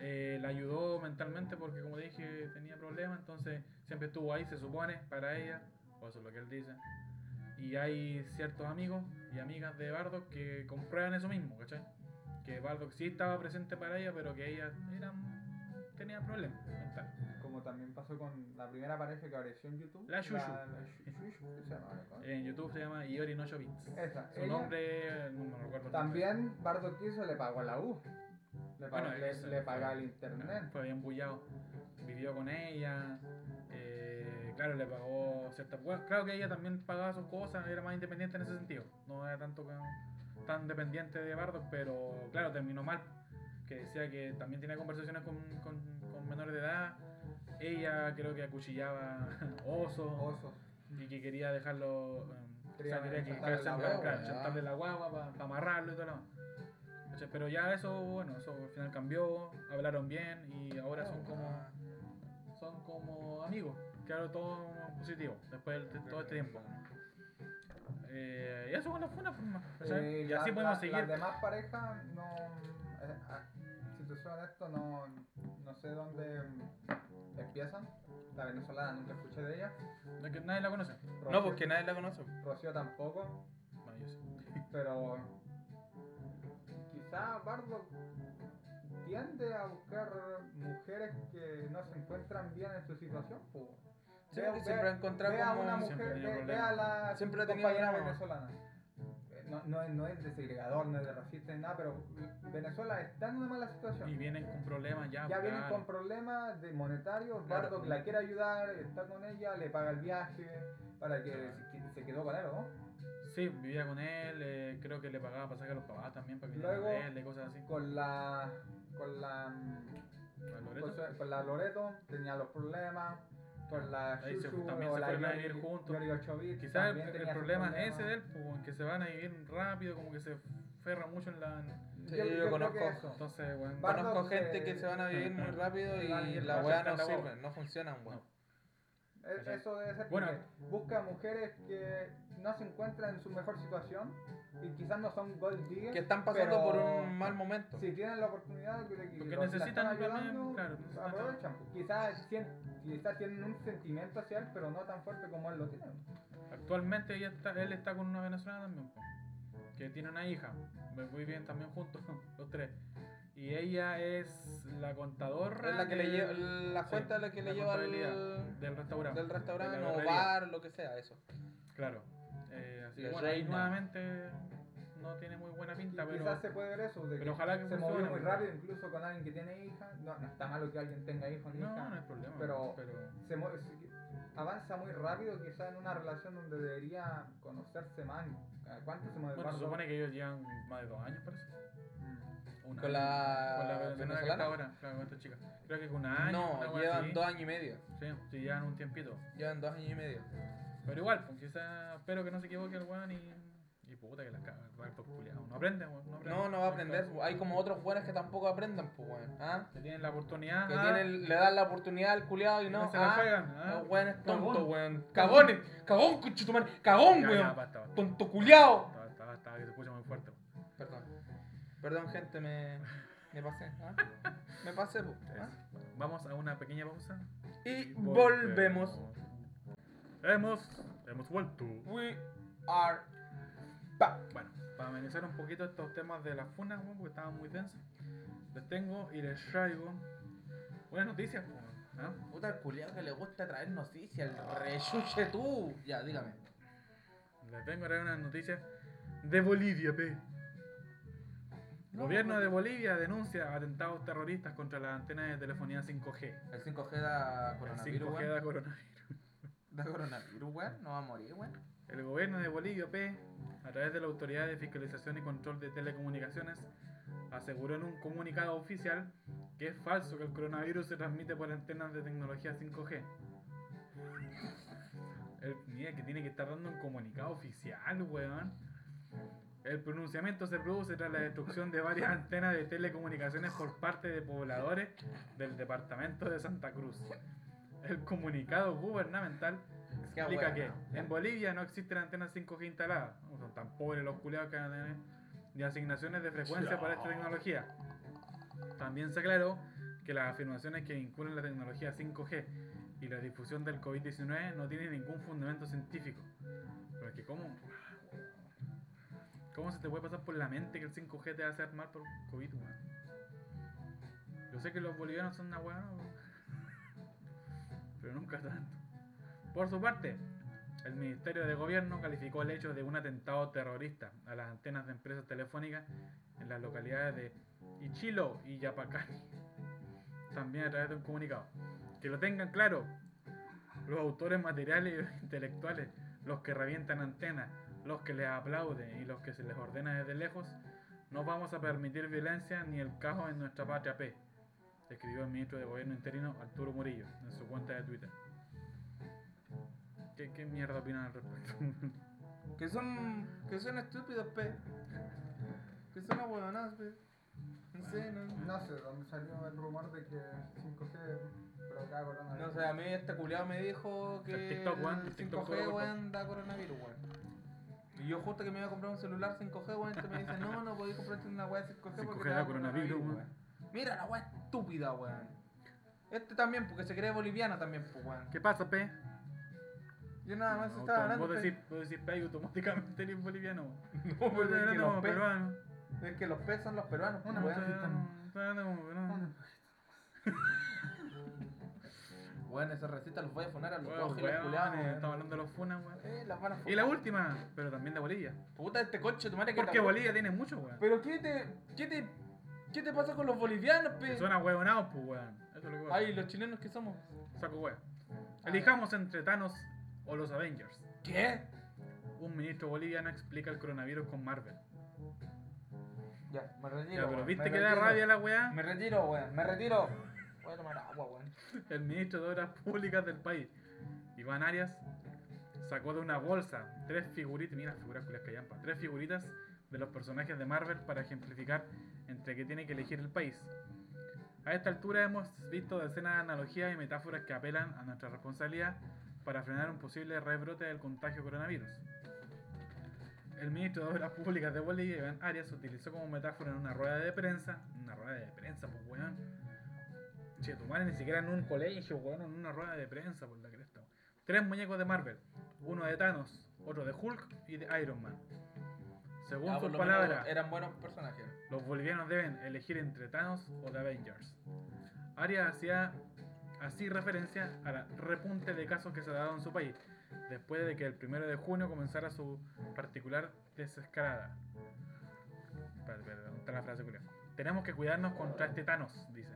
Eh, la ayudó mentalmente porque, como dije, tenía problemas, entonces siempre estuvo ahí, se supone, para ella, o eso es lo que él dice. Y hay ciertos amigos y amigas de Bardock que comprueban eso mismo, ¿cachai? Que Bardock sí estaba presente para ella, pero que ella era, tenía problemas mentales. Como también pasó con la primera pareja que apareció en YouTube. La Shushu. Shushu, ¿cómo se llama? En YouTube se llama Iori Nocho Beats. Esa, Su ella- nombre, no me recuerdo. el nombre. También Bardock quiso le pagó a la U. Le, pagó- Bueno, le- eso le fue- pagaba el Claro, internet. Fue bien bullado. Vivió con ella. eh, claro, le pagó ciertas cosas. Claro que ella también pagaba sus cosas, era más independiente en ese sentido. No era tanto que- tan dependiente de Bardock, pero claro, terminó mal. Que decía que también tenía conversaciones con, con, con menores de edad. Ella creo que acuchillaba osos osos. y que quería dejarlo. em, Quería o sea, quería que chantarle claro, la claro, guagua, claro, ya. chantarle la guagua para amarrarlo y todo lo demás. ¿Cachai? Pero ya eso, bueno, eso al final cambió, hablaron bien y ahora son como son como amigos. Claro, todo positivo después de todo este tiempo. Eh, y eso bueno, fue una forma. ¿cachai? Eh, y así la- podemos la- seguir. Las demás parejas, no. eh, ah, si te suena esto, no, no sé dónde mm, empiezan. La venezolana nunca escuché de ella. No, que nadie la conoce. No, Rocío- pues porque nadie la conoce. Rocío tampoco, Bueno, yo sí. pero. Quizá Bardo tiende a buscar mujeres que no se encuentran bien en su situación. po. Sí, Ve- porque ve- siempre ha encontrado ve a como- una siempre mujer, tenía ve, ve problemas. a la Siempre ha tenido compañera problemas. venezolana. Eh, No, no, es- no es de segregador, no es de racista, ni nada, pero Venezuela está en una mala situación. Y vienen con problemas ya. ya claro. vienen con problemas de monetarios, Claro. Bardock la quiere ayudar, está con ella, le paga el viaje para que se- se quedó con él, ¿o ¿no? Sí, vivía con él, eh, creo que le pagaba para sacar a los papás también, para que Luego- vinieran a verle, cosas así. Con la. con la. mm, ¿A Loreto? Con, su- con la Loreto tenía los problemas. Con la Ahí se- Chuchu también o se la fueron a Yori- vivir juntos. Yori Ochovich Quizás el, también el tenía sus problema es problemas. ese de él, pues, bueno, que se van a vivir rápido, como que se ferra mucho en la. Sí, Yo- yo yo creo conozco- que eso. Entonces, bueno, Bardock Conozco se- eh, gente que se van a vivir muy rápido se van a y ir la para weá chantar no la guagua. sirve, no funcionan, weón. Eh, ¿Cachai? Eso debe ser Bueno. porque busca mujeres que no se encuentran en su mejor situación y quizás no son gold Que diggers. están pasando Pero- por un mal momento. Si tienen la oportunidad de que Porque los- la necesitan están también, ayudando, claro, necesitan aprovechan. Quizás, sien- quizás tienen un sentimiento hacia él, pero no tan fuerte como él lo tiene. actualmente ella está, él está con una venezolana también, pues, que tiene una hija, ve- muy bien también juntos, los tres. Y ella es la contadora Es la que le del- lleva, la sí, cuenta es la que le la lleva al, contabilidad. del del restaurante. restaurante de la o barbería. bar, lo que sea, eso. Claro. Eh, así que La bueno, ahí reina. nuevamente no tiene muy buena Y pinta, pero quizás se puede ver eso, de que pero ojalá que se funcione, movió muy pues. rápido, incluso con alguien que tiene hija. No, no está malo que alguien tenga hijos ni no, hija. no hay problema. Pero- pero Se mue- se- avanza muy rápido, quizás en una relación donde debería conocerse más. ¿Cuánto se Bueno, mueve se Bardo? supone que ellos llevan más de dos años, parece. Mm. Un Con año. la Con la Ah, venezolana que está venezolana. ahora, claro, con esta chica. Creo que con un año. una No, wea llevan así. dos años y medio. Sí, sí, llevan un tiempito. Llevan dos años y medio. Pero igual, pues quizás espero que no se equivoque el weón y. Y puta que las caga, el Bartos culiado. No aprende, weón. No, aprende. No, no va a aprender. Hay como otros buenos que tampoco aprendan, pues, weón. ¿Ah? Que tienen la oportunidad. Que ah, tienen, le dan la oportunidad al culiado y no. se la ah, juegan. ah. No, weón, es tonto, Cagón. weón. Cagones. Cagón, cuchitumar. Cagón, Ya, ya, weón. basta, basta. Tonto culiao. Basta, basta, basta, que se escucha muy fuerte. weón. Perdón. Perdón, gente, me, me pasé. ¿ah? Me pasé, po, ¿ah? Vamos a una pequeña pausa. Y volvemos. Hemos. Hemos vuelto. We are back. Bueno, para amenizar un poquito estos temas de las funas, weón, porque estaban muy densos, les tengo y les traigo buenas noticias, weón, ¿ah? Puta el culiao que le gusta traer noticias. El rechuche tú. Ya, dígame. Les vengo a traer unas noticias de Bolivia, pe. Gobierno de Bolivia denuncia atentados terroristas contra las antenas de telefonía 5G. El 5G da El coronavirus, 5G weón. da coronavirus. Da coronavirus, weón. No va a morir, weón. El gobierno de Bolivia, P, a través de la Autoridad de Fiscalización y Control de Telecomunicaciones, aseguró en un comunicado oficial que es falso que el coronavirus se transmite por antenas de tecnología 5G. El, mira que tiene que estar dando un comunicado oficial, weón. El pronunciamiento se produce tras la destrucción de varias antenas de telecomunicaciones por parte de pobladores del departamento de Santa Cruz. El comunicado gubernamental Qué explica buena. que en Bolivia no existen antenas 5G instaladas. No son tan pobres los culeados que van a tener ni asignaciones de frecuencia para esta tecnología. También se aclaró que las afirmaciones que vinculan la tecnología 5G y la difusión del COVID-19 no tienen ningún fundamento científico. Pero es que ¿cómo? ¿Cómo se te puede pasar por la mente que el 5G te va a hacer mal por COVID, weón? Yo sé que los bolivianos son una weá, pero nunca tanto. Por su parte, el Ministerio de Gobierno calificó el hecho de un atentado terrorista a las antenas de empresas telefónicas en las localidades de Ichilo y Yapacani. También a través de un comunicado. Que lo tengan claro, los autores materiales e intelectuales, los que revientan antenas, los que les aplauden y los que se les ordena desde lejos, no vamos a permitir violencia ni el caos en nuestra patria P, escribió el ministro de Gobierno interino Arturo Murillo en su cuenta de Twitter. ¿Qué, qué mierda opinan al respecto? Que son, que son estúpidos, pe. Que son abuelonadas, pe. No sé, no. No sé dónde salió el rumor de que 5G provocaba coronavirus. No sé, a mí este culiado me dijo que El TikTok, weón, el TikTok 5G, todo, weón, da coronavirus, weón. Y yo justo que me iba a comprar un celular 5G, weón, este me dice, no, no podéis comprarte una weá 5G porque 5G te da coronavirus, weón. Mira la weá estúpida, weón. Este también, porque se cree boliviano también, pues, weón. ¿Qué pasa, P? Yo nada más Auto- Ah, estaba hablando, vos, pe. decís, vos decís P y automáticamente eres boliviano. No, Vos estás pero es que hablando los como pe- peruano. es que los pe son los peruanos, pues, Una Vos weón. estás mojita. hablando- estás hablando como peruano. Weón, esos recitas los voy a funar a los Weón, dos giles weón, culiados, weón. Estamos hablando de los funas, weón. Eh, las van a Y la funar. última, pero también de Bolivia. Puta, este coche, tu madre que Porque la- Bolivia tiene mucho, weón. Pero qué te, qué te, qué te pasa con los bolivianos, pe. Suena huevonados, pues, weón. Eso es lo que weón. Ay, los chilenos que somos. Saco weón. Elijamos entre Thanos o los Avengers. ¿Qué? Un ministro boliviano explica el coronavirus con Marvel. Ya, me retiro. Ya, pero weón, viste me que da retiro. rabia la weá. Me retiro, weón, me retiro. Voy a tomar agua, weón. El ministro de Obras Públicas del país, Iván Arias, sacó de una bolsa tres figuritas, mira las figuras culias que llampa, tres figuritas de los personajes de Marvel para ejemplificar entre qué tiene que elegir el país. A esta altura hemos visto decenas de analogías y metáforas que apelan a nuestra responsabilidad para frenar un posible rebrote del contagio coronavirus. El ministro de Obras Públicas de Bolivia, Iván Arias, utilizó como metáfora en una rueda de prensa, una rueda de prensa, pues weón, Che, tu madre ni siquiera en un colegio, weón, en una rueda de prensa, por la cresta. weón. Tres muñecos de Marvel, uno de Thanos, otro de Hulk y de Iron Man. Según Ah, por sus lo menos palabras, eran buenos personajes. los bolivianos deben elegir entre Thanos o The Avengers. Arias hacía así referencia al repunte de casos que se ha dado en su país, después de que el primero de junio comenzara su particular desescalada. Espérate, espérate, ¿dónde está la frase, culiao? Tenemos que cuidarnos contra este Thanos, dice.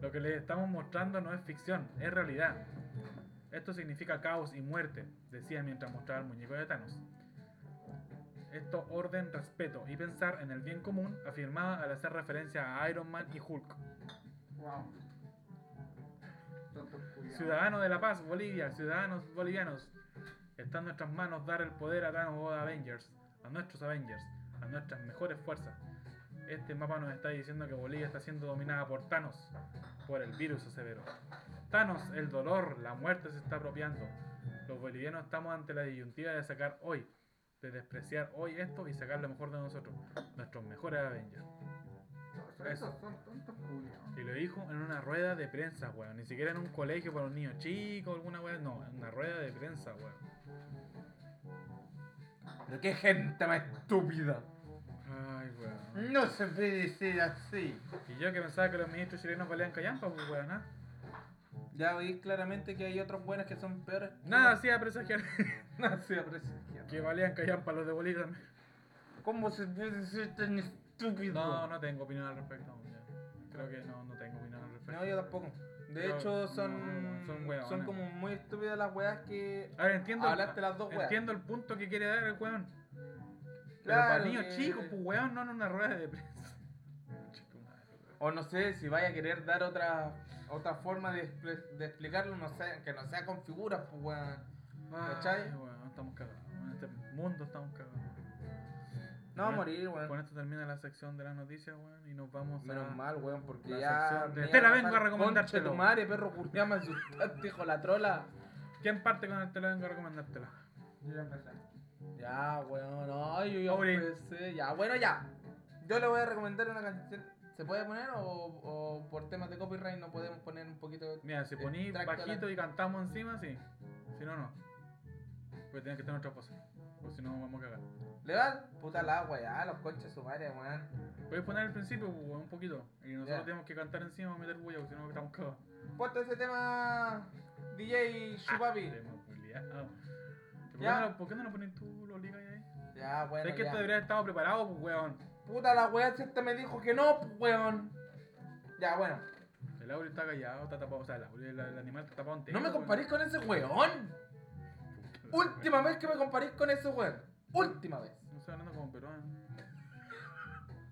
Lo que les estamos mostrando no es ficción, es realidad. Esto significa caos y muerte, decía mientras mostraba el muñeco de Thanos. Esto orden, respeto y pensar en el bien común, afirmaba al hacer referencia a Iron Man y Hulk. Wow. Tontos culiados. Ciudadanos de la paz, Bolivia, ciudadanos bolivianos, está en nuestras manos dar el poder a Thanos o a Avengers, a nuestros Avengers, a nuestras mejores fuerzas. Este mapa nos está diciendo que Bolivia está siendo dominada por Thanos, por el virus severo. Thanos, el dolor, la muerte se está apropiando. Los bolivianos estamos ante la disyuntiva de sacar hoy, de despreciar hoy esto y sacar lo mejor de nosotros, nuestros mejores Avengers. Esos son tontos culiados. Y lo dijo en una rueda de prensa, weón. Ni siquiera en un colegio para un niño chico, alguna weón. No, en una rueda de prensa, weón. Pero qué gente más estúpida. Ay, weón. No se puede decir así. Y yo que pensaba que los ministros chilenos valían callampa, pues, weón. ¿ah? Ya veis claramente que hay otros buenos que son peores. que Nada hacía presagiar los- Nada se aprecia. que valían callampa los de Bolivia también. ¿Cómo se puede ser tan estúpido? No, no tengo opinión al respecto, weón. Creo que no, no tengo opinión al respecto. No, yo tampoco. De Yo- hecho, no, son, son hueones. son como muy estúpidas las weas que. A ver, entiendo, Hablaste las dos weas. entiendo el punto que quiere dar el weón. Pero para Claro niños que- chicos, pues, weón, no en una rueda de prensa. Chico madre, weón. O no sé si vaya a querer dar otra otra forma de, expl- de explicarlo, no sé, que no sea con figuras, pues weón. ¿Cachai? Ay, weón, estamos cagados. En este mundo estamos cagados. No va Bueno, a morir, Con weón. esto termina la sección de las noticias, weón, y nos vamos a... Menos mal, weón, porque la ya. sección de- me Te la iba vengo a pasar recomendártelo. concha tu madre, perro culiao, me asustaste, hijo de la trola. ¿Quién parte con el te lo vengo a recomendártela? Yo ya empecé. Ya, weón, no, yo ya Pobre. empecé, Ya, bueno, ya. Yo le voy a recomendar una canción. ¿Se puede poner o, o por temas de copyright no podemos poner un poquito de Mira, si poní Extracto bajito la- y cantamos encima, sí. Si no, no. Porque tiene que tener otra pose. Porque si no, vamos a cagar. ¿Le da? Puta la agua, ya, los conches su madre, weón. Voy a poner al principio, pues, weón, un poquito. Y nosotros Ya. tenemos que cantar encima o meter bulla, porque si no, estamos cagados. Ponte ese tema, DJ Shubabi. Tema Ah, culiao. ¿Por, qué Ya. no, por qué no lo pones tú, lo ligas ahí? Ya, bueno, es que ya. esto debería haber estado preparado, pues, weón. Puta la weá, si este me dijo que no, pues, weón. Ya, bueno. El audio está callado, está tapado. O sea, el, Auri- el- el animal está tapado entero. No me weón. comparís con ese weón. Puta Última vez que me comparís con eso, weón. Última vez. No estoy hablando como peruano.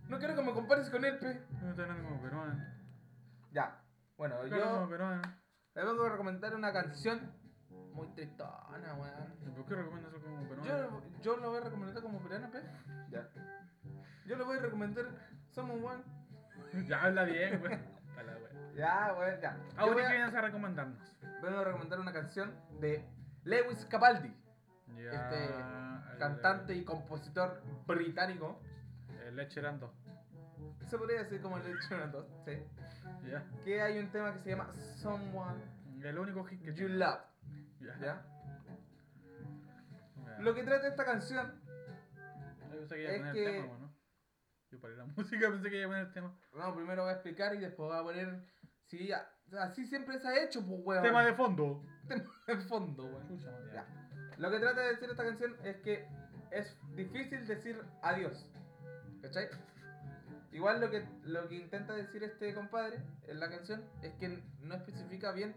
No quiero que me compares con él, pe. No estoy hablando como peruano. Ya. Bueno, Estoy hablando como yo peruano. les vengo a recomendar una canción muy tristona, weón. ¿Por qué recomiendas eso como peruano? Yo, yo lo voy a recomendar como peruano, pe. Ya. Yo lo voy a recomendar Someone One. Ya habla bien, güey. Está la wea. Ya, weón, ya. Yo Ahora voy que a, vienes a recomendarnos. vengo a recomendar una canción de Lewis Capaldi, Ya, el- Este, cantante y compositor británico. El lecherando. Se podría decir como el Leonard Dos, sí. Ya. Que hay un tema que se llama Someone El único hit que You tiene. Love. Ya. ¿Ya? Ya. Lo que trata esta canción. Yo pensé que iba a es poner el que- tema, ¿no? Yo paré la música, pensé que iba a poner el tema. No, primero voy a explicar y después voy a poner. Sí, a- así siempre se ha hecho, pues, weón. Tema de fondo. En fondo, weón. Escucha, Matías. Ya. Lo que trata de decir esta canción es que es difícil decir adiós. ¿Cachai? Igual lo que, lo que intenta decir este compadre en la canción es que no especifica bien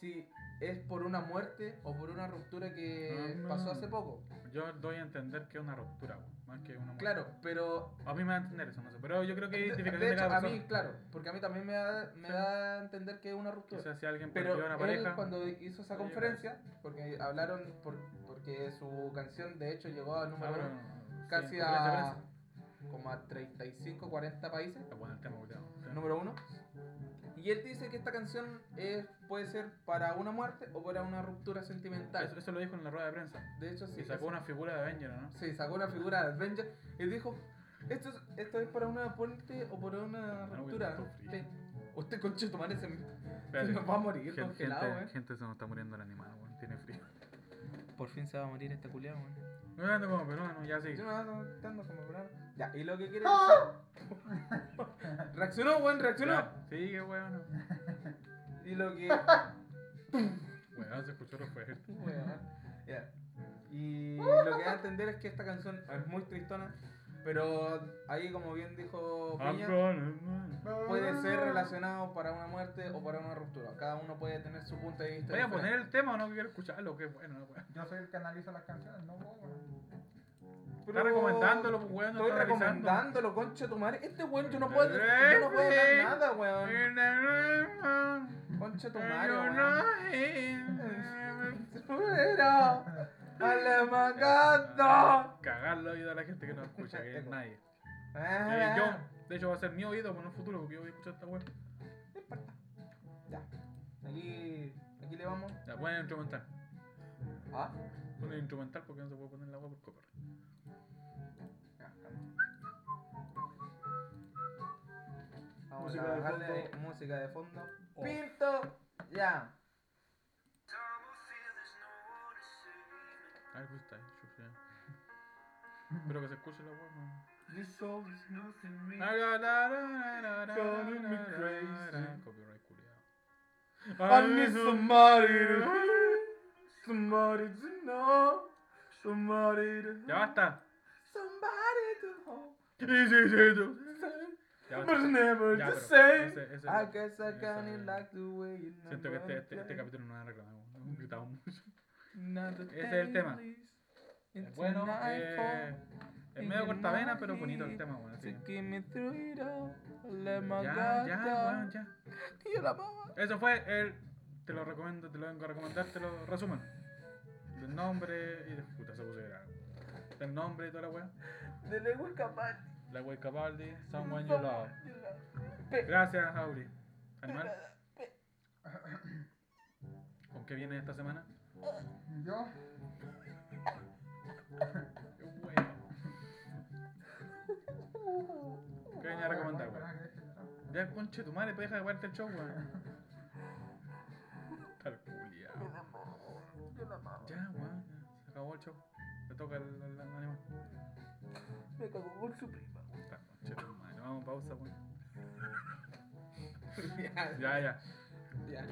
si es por una muerte o por una ruptura que Ah, no. pasó hace poco. Yo doy a entender que es una ruptura, güey, más que una muerte. Claro, pero A mí me va a entender eso, no sé. Pero yo creo que hay De, identificación de de hecho, cada a mí, persona. claro, porque a mí también me da, me Sí. da a entender que es una ruptura. Quizás si alguien perdió Pero a una él pareja. cuando hizo esa Oye, conferencia, porque hablaron, por, porque su canción de hecho llegó Ah, al número uno, casi a como a 35, 40 países, Está Ah, bueno el tema, culiao. número uno. Y él dice que esta canción es, puede ser para una muerte o para una ruptura sentimental. Eso, eso lo dijo en la rueda de prensa. de hecho, sí. y sacó es- una figura de Avenger, ¿no? sí, sacó una figura de Avenger y dijo, esto es, esto es para una muerte o para una voy a ruptura. estar todo Sí. Usted, conche, tu madre, se me- Espérate. nos va a morir Gen- congelado, eh. gente, weón. gente se nos está muriendo el animal, weón. Tiene frío. Por fin se va a morir esta culiada, weón. No me ando como peruano, ya sí. Yo no ando gritando como bravo. Ya, y lo que quiere decir. reaccionó, weón, reaccionó. Sí, qué weón. Y lo que. Weón, se escuchó lo fuerte. Weón. Ya. Y lo que da a entender es que esta canción es muy tristona. Pero ahí, como bien dijo I'm Peña, gonna- puede ser relacionado para una muerte o para una ruptura. Cada uno puede tener su punto de vista. Voy a diferente. poner el tema o no quiero escucharlo, qué bueno, no, weón. Yo soy el que analiza las canciones, no vos, weón. Está recomendándolo, pues, weón. no Estoy está analizando. recomendándolo, concha tu madre. Este weón, yo no puedo, yo no puedo dar nada, weón. Concha tu madre, weón. ¡Pero! ¡Alemagando! Cagar la oído a la gente que no escucha, que es Eco. nadie. Eh, Ah, yo, de hecho, va a ser mi oído por un futuro porque yo voy a escuchar esta web. Aquí, aquí le vamos. La ponen instrumental. Ah, Ponen instrumental porque no se puede poner la web por copyright. vamos Música a de darle fondo. música de fondo. Oh. Pinto, ya. A ver, pues está ahí, chufea. Espero que se escuche la web. man. Calling me crazy. Copyright culiao. I need somebody to somebody to know, somebody to Ya basta. Somebody to hold. Ya but basta. never Ya, the pero same. ese- ese- I guess I esa- kinda like the way you know. Siento que este, este, este capítulo no va a reclamar, weón. Gritamos mucho. Ese es el tema. Bueno, eh, es medio cortavena, pero bonito el tema, bueno. To así. get me through it all, Ya, ya, Alemagando. weón, ya. Tío, la mamá. Eso fue el. Te lo recomiendo, te lo vengo a recomendar, te lo resumen. Del nombre y de. Puta, se puso a llorar. Del nombre y toda la weá. De Lewis Capaldi. La wey Capaldi, Someone You Love. Gracias, Auri. Animal. ¿Con qué viene esta semana? Yo, Qué bueno. ¿Qué venía a recomendar, weón? Ya, conche tu madre, pues deja de guardarte el show, weón. Tal culiao. Ya, weón. ya, Se acabó el show. Te toca el, el- el animal. Me cagó por su prima. Puta, conche tu madre. Vamos a pausa, weón. ya, Ya, ya. ya.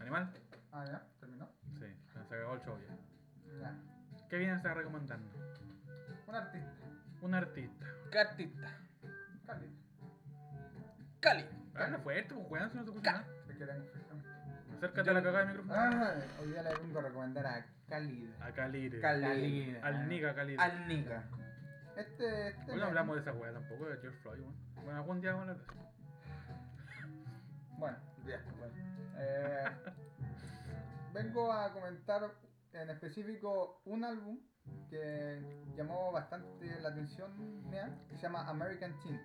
¿Animal? Ah, ya, terminó. Sí, ya se acabó el show ya. Ya. ¿Qué vienes a recomendando? Un artista, Un artista. Cartita. Cali. Cali. Habla fuerte, pues, weón, si no se escucha nada. Te queremos. Acércate a la cagada de micrófono. Ah, hoy día le vengo a recomendar a Calide. A Calire. Calide. Al Nica Calire. Al Nica. Este, este. Hoy no hablamos de esa weá tampoco, de George Floyd, weón. Bueno, algún día vamos a hablar de eso. Bueno, Ya, bueno. eh, vengo a comentar en específico un álbum que llamó bastante la atención mía, que se llama American Teen,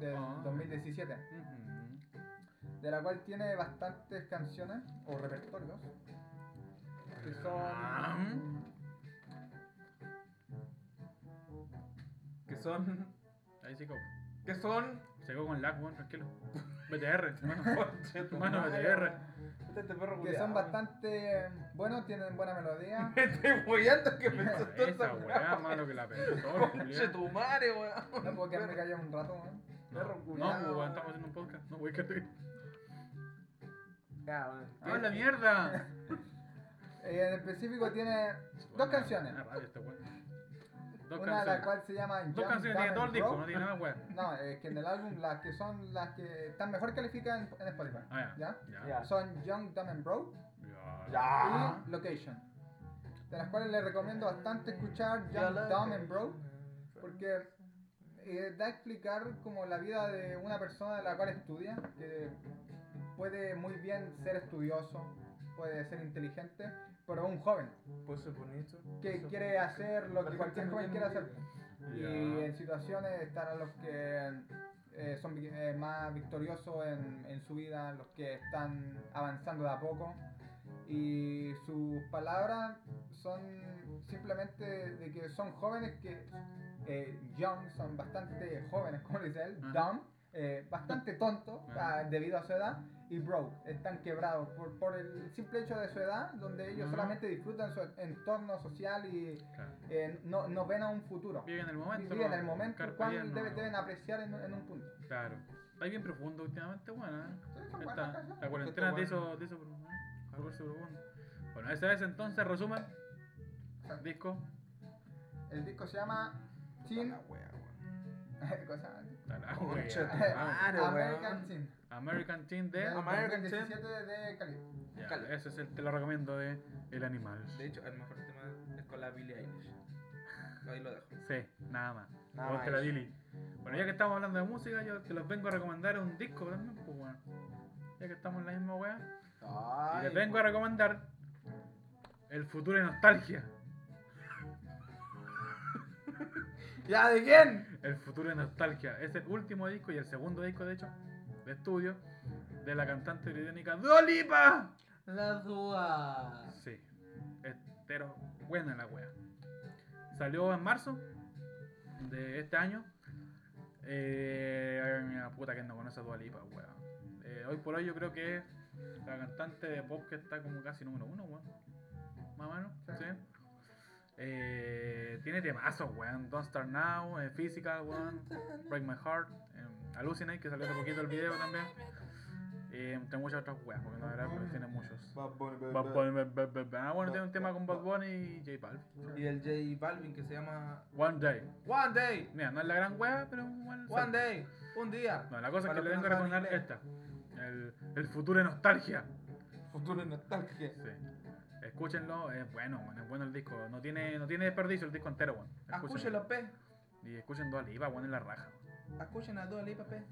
del Ah. 2017. Ujú. de la cual tiene bastantes canciones o repertorios que Ah. son Que son. Ahí se cagó. Que son. Se cagó con lag, weón, tranquilo. BTR, hermano. Conche tu Hermano, madre, BTR. weón. Puta, Este perro que culiao, son weón. bastante buenos, tienen buena melodía. Me Este estoy follando que pensó toda Esa weá, mano, que la pensó, Conche culiao. tu madre, weón. No puedo quedarme callado un rato, weón. No, Perro no, culiao. weón, estamos haciendo un podcast. No, weón, que te. Ya, bueno. ¡Ah, la mierda! Eh, en específico tiene dos Bueno, canciones. una rabia esta weá. este Dos Una la canciones. cual se llama Dos canciones, tiene todo el disco, no tiene nada, weón. No, es que en el álbum las que son las que están mejor calificadas en, en Spotify. Ah, ya. ¿Ya? Ya. Son Young, Dumb and Broke Ya. Ya. y Location. De las cuales les recomiendo bastante escuchar Young, Dumb and Broke. Porque eh, da a explicar como la vida de una persona de la cual estudia, que puede muy bien ser estudioso, puede ser inteligente, pero un joven Pues es bonito. que quiere hacer lo que cualquier joven quiere hacer. Y en situaciones estarán los que eh, son vi- eh, más victoriosos en, en su vida, los que están avanzando de a poco. Y sus palabras son simplemente de que son jóvenes que, eh, young, son bastante jóvenes, como dice él, Ajá. dumb, eh, bastante tontos Ajá. ah, debido a su edad, y broke, están quebrados por, por el simple hecho de su edad, donde ellos Ajá. solamente disfrutan su entorno social y Claro. eh, no, no ven a un futuro. Vive en el momento. Vivir en ¿no? el momento, el Carpe cual diem, ¿no? debe- deben apreciar en, en un punto. Claro. Está bien profundo últimamente, bueno. ¿eh? Entonces, son buenas Esta, canciones. la cuarentena te bueno. hizo, te hizo pro- ¿eh? volverse profundo. Bueno, esa es entonces, resumen. Disco. El disco se llama Teen. La wea, weón. cosa- la- la Concha tu wea. madre, American weón. Teen. American Teen del de. American 2017 de Cali. Ya, Cali. ese es el, te lo recomiendo de El Animal. De hecho, el mejor tema es con la Billie Eilish. Ahí lo dejo. Sí, nada más. Nada Nada más. Bueno, ya que estamos hablando de música, yo te los vengo a recomendar un disco también, pues bueno. Ya que estamos en la misma wea. y les vengo a recomendar El futuro de nostalgia. ¿Ya de quién? El futuro de nostalgia. Es el último disco y el segundo disco, de hecho, de estudio de la cantante británica Dolipa. La Dua. Sí, es- pero buena la wea. Salió en marzo de este año. Eh, ay, mira, puta que no conoce a Dua Lipa, wea. Eh, hoy por hoy yo creo que es la cantante de pop que está como casi número uno, weón. Más o menos, sí. Eh, tiene temazos, weón. Don't Start Now, eh, Physical, weón. Break My Heart, eh, Hallucinate, que salió hace poquito el video también. Eh, entre muchas otras weas, porque la verdad pues, tiene muchos. Bad Bunny, bad Bad Bunny. Bunny, bad, bad, bad, bad. Ah, bueno, Bad- tiene un tema bad- con Bad Bunny y J Balvin. Y el J Balvin que se llama One Day. One Day. Mira, no es la gran wea, pero un buen One salto. Day. Un día. No, la cosa es Para que le los vengo que a no saben recomendar esta. El, el futuro de nostalgia. Futuro nostalgia. Sí. Escúchenlo, es bueno, bueno, es bueno el disco. No tiene, no tiene desperdicio el disco entero, bueno. Ah, Escúchenlo, pe. Y escuchen Dua Lipa, bueno, en la raja. Escuchen a Dua Lipa, pe.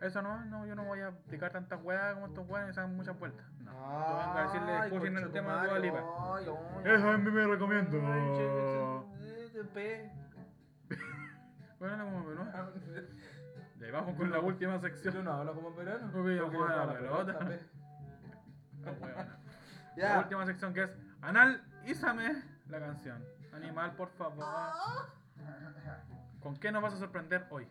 Eso no, no, yo no voy a explicar tantas weas como estos weas que se dan muchas vueltas. No. yo vengo a Ay, decirles, escuchen el conchetumare, tema de Dua Lipa. ay, ay, Eso a ay. mí me recomiendo. Pe. Bueno, no, como que no. Yo Ya vamos con la última sección. no hablo como peruano. Ok, yo juego a la pelota. pe. No, huevona. La Ya. última sección que es Analízame la canción. Animal, por favor. ¿Con qué nos vas a sorprender hoy?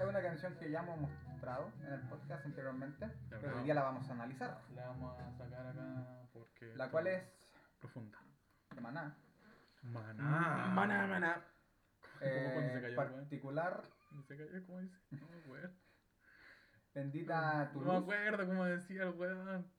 Es una canción que ya hemos mostrado en el podcast anteriormente, pero verdad. hoy día la vamos a analizar. La vamos a sacar acá porque. La cual es Profunda. de Maná. Maná. Mm, Maná, maná. eh, cuando se cayó, weón? particular, Se cayó, ¿cómo dice? No me acuerdo. bendita tu No me luz. acuerdo cómo decía el weón.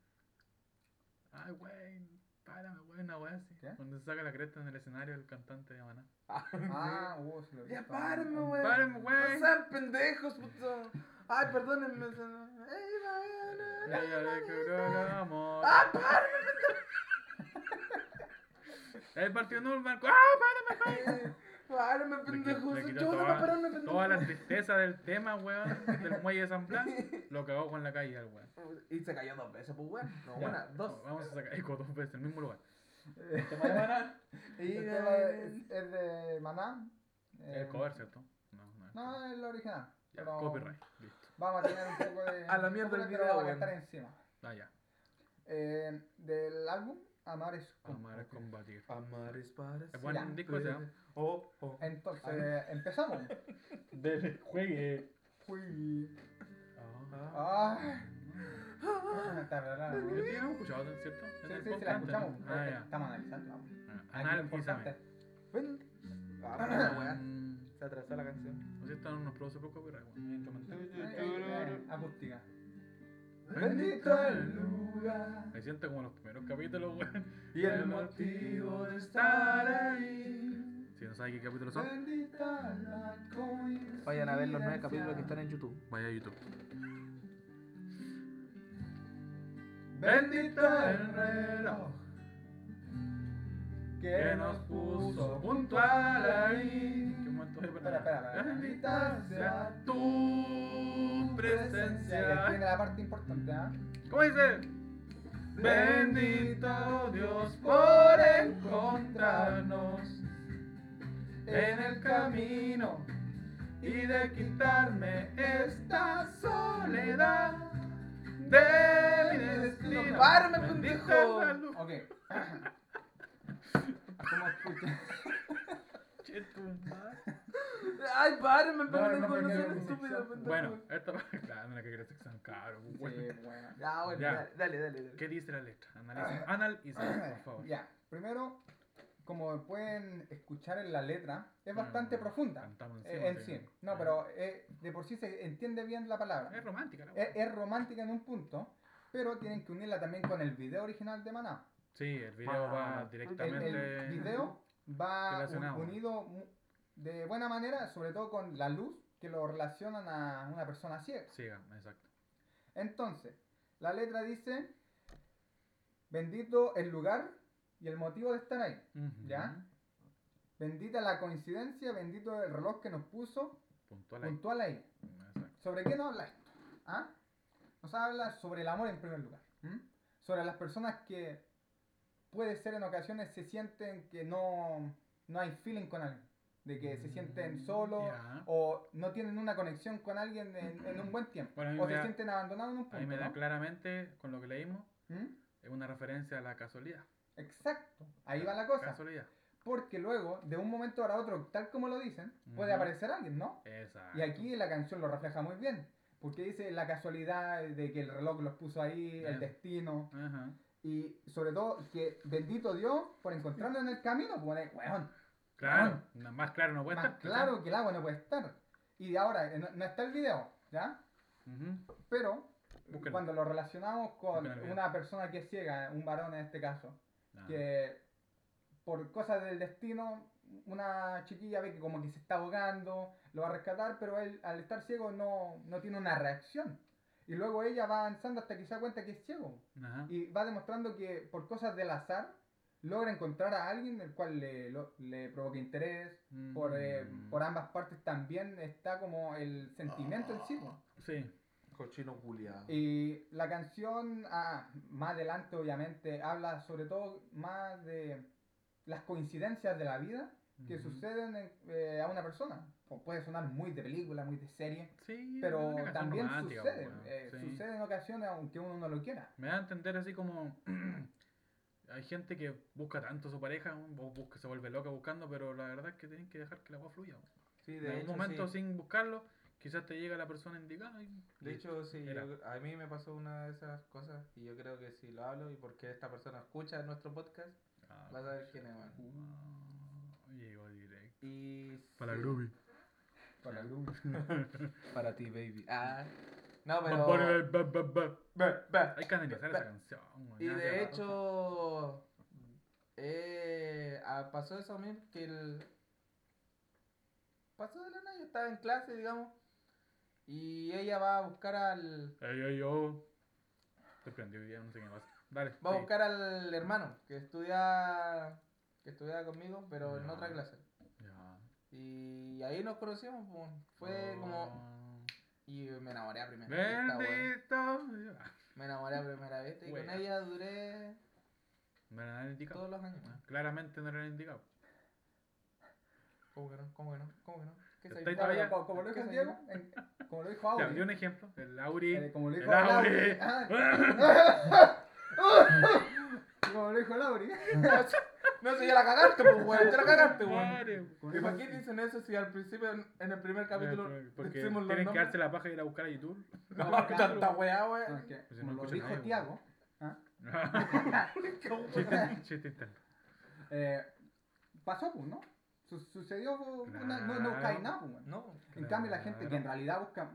Ay, weón. Párame, weón, una weá así. ¿Qué? Cuando se saca la cresta en el escenario el cantante de Maná. Ah, uh, se lo he Ya visto. párenme, weón. Párame, Eh, No weón. sean pendejos, puto. Ay, perdónenme. se- Ay, va, Ella le curó el amor. ¡Ah, párame! El partido no, el banco. ¡Ah, párame, párame! Párame, Le qui- pendejo. le Soy quitó yo, no toda- me pararon, pendejo. Toda la tristeza del tema, weón, del muelle de San Blas, lo cagó con la calle al weón. Y se cayó dos veces, pues, weón. No, Ya. buena, dos. Vamos a sacar eco dos veces en el mismo lugar. El ¿Tema de Maná? tema es, es de Maná. eh, El cover, ¿cierto? No, no. es cover. No, es la original. Ya, pero copyright. Listo. Vamos a tener un poco de. A la mierda el copyright, pero video, vamos a weón. estar encima. Ah, ya. Eh, del álbum Amar es Amar es combatir. Amar es para Es buen disco ese, ¿no? Oh, oh. Entonces, empezamos. Del juegue. Uy. Ah. Ah. Está Ah, verdad. Yo sí, no he escuchado, ¿cierto? Sí, En el sí, sí, podcast, ¿no? la escuchamos. Ah, eh, ya. Estamos analizando. vamos. Ah, Aquí lo Analízame. importante. Ah, Mm, Se atrasó la canción. No sé si esto no nos produce por copyright, weón. Instrumental. Eh, eh, Acústica. Bendito el lugar Me siento como en los primeros capítulos, weón. y el motivo de estar ahí. Si no sabes qué capítulos son, Bendita la coincidencia. Vayan a ver los nueve capítulos que están en YouTube. vaya a YouTube. Bendito el reloj que nos puso puntual ahí. Qué momento de Espera, espera, espera. Bendita sea tu Que Tiene presencia. la parte importante, ¿ah? ¿Cómo dice? Bendito Dios por encontrarnos en el camino y de quitarme esta soledad de mi destino. ¡Párame, Bendita pendejo! la luz. Ok. ¿Cómo escucha? Che, tu madre. Ay, párenme, No, no, pendejo, no, porque era sean mi estúpidos, sección. pendejo. Bueno, esto va a la que crees que son caros. Sí, güey. bueno. Ya, bueno, Ya. dale, dale, dale. dale. ¿Qué dice la letra? Analiza, analiza, por favor. Ah, Ya, primero, como pueden escuchar en la letra, es bastante Mm, profunda. Cantamos eh, en encima, sí. No, pero eh, de por sí se entiende bien la palabra. Es romántica la Es, wea. es romántica en un punto, pero tienen que unirla también con el video original de Maná. Sí, el video va Ah, El, directamente. el video va relacionado. un- unido mu- de buena manera, sobre todo con la luz que lo relacionan a una persona ciega. Siga, exacto. Entonces, la letra dice, bendito el lugar y el motivo de estar ahí. Ujú. ¿Ya? Bendita la coincidencia, bendito el reloj que nos puso, Puntual ahí. puntual ahí. Exacto. ¿Sobre qué nos habla esto? ¿Ah? Nos habla sobre el amor en primer lugar. ¿m? Sobre las personas que puede ser en ocasiones se sienten que no, no hay feeling con alguien. De que se sienten Mm, solos ya. o no tienen una conexión con alguien en, en un buen tiempo. Bueno, a mí o me se da- sienten abandonados en un Ahí punto. me da ¿no? claramente, con lo que leímos, ¿Mm? es una referencia a la casualidad. Exacto. Ahí va la cosa. Casualidad. Porque luego, de un momento para otro, tal como lo dicen, puede Ujú. aparecer alguien, ¿no? Exacto. Y aquí la canción lo refleja muy bien. Porque dice la casualidad de que el reloj los puso ahí, Bien. el destino. Ajá. Y sobre todo, que bendito Dios por encontrarnos en el camino. Pone, weón, Claro, na- más claro no puede más estar. claro que el agua no puede estar. Y ahora, eh, no, no está el video, ¿ya? Ujú. Pero Búsquenlo. cuando lo relacionamos con Búsquenlo bien. una persona que es ciega, un varón en este caso, Ajá. que por cosas del destino, una chiquilla ve que como que se está ahogando, lo va a rescatar, pero él al estar ciego no, no tiene una reacción. Y luego ella va avanzando hasta que se da cuenta que es ciego. Ajá. Y va demostrando que por cosas del azar logra encontrar a alguien el cual le, lo- le provoca interés. Por, eh, Mm. por ambas partes también está como el sentimiento en sí. po. Sí. Cochino culiado. Y la canción, ah, más adelante obviamente, habla sobre todo más de las coincidencias de la vida que Ujú. suceden en- eh, a una persona. O puede sonar muy de película, muy de serie, Sí, pero una canción también romántica, pues, sucede. weón. eh, Sí. Sucede en ocasiones aunque uno no lo quiera. Me da a entender así como. Hay gente que busca tanto a su pareja, o busca, se vuelve loca buscando, pero la verdad es que tienen que dejar que la agua fluya. weón. Sí, en de algún hecho, momento sí. sin buscarlo, quizás te llega la persona indicada. y- De hecho, sí, yo Era. cre- a mí me pasó una de esas cosas y yo creo que si lo hablo y porque esta persona escucha nuestro podcast, Ah, vas a ver quién es, man. ah, Llegó directo. Y... Para sí, Groovy. Por la Para ti, baby. Ah. No, Bad Bunny, pero... ba, ba, ba. Ba- ba. Hay que analizar esa Ba- canción. weón, Y nada que de agarrar. hecho, eh, ah, pasó eso a mí que el. Pasó de la nada, yo estaba en clase, digamos, y ella va a buscar al. Ey, ey, yo. Te prendí hoy día, no sé qué pasa. Dale. Va a sigue. buscar al hermano que estudia. que estudiaba conmigo, pero en Ya. otra clase. Ya. Y ahí nos conocimos, pues. Fue como. Oh. Y me enamoré a primera vista, weón. Bendito. Ah, Me enamoré a primera vista y con Weón. ella duré No era el indicado. todos los años. Claramente no era el indicado. ¿Cómo que no? ¿Cómo que no? ¿Cómo que no? ¿Qué Estoy soy? todavía- Bueno, como, como lo dijo ¿Qué Diego, en- como lo dijo Ya, di Audi. un ejemplo. El Auri. eh, como lo dijo el Auri. Lauri. ah, Como lo dijo Lauri. No, si ya la cagaste, pues, weón. Ya la cagaste, weón. Madre, Como ¿Y dijo- por qué dicen eso si al principio, en, en el primer capítulo, Porque- pues, Porque decimos los tienen que nombres? darse la paja y ir a buscar a YouTube. No, No, tanta weá, no, weón. es que Pues si no como lo escucha dijo nadie, Tiago, chiste, chiste interno. eh, pasó, pues, ¿no? Su- sucedió pues, una, no, no Claro. cae nada, pues, man. No. En cambio, la gente que en Claro. realidad busca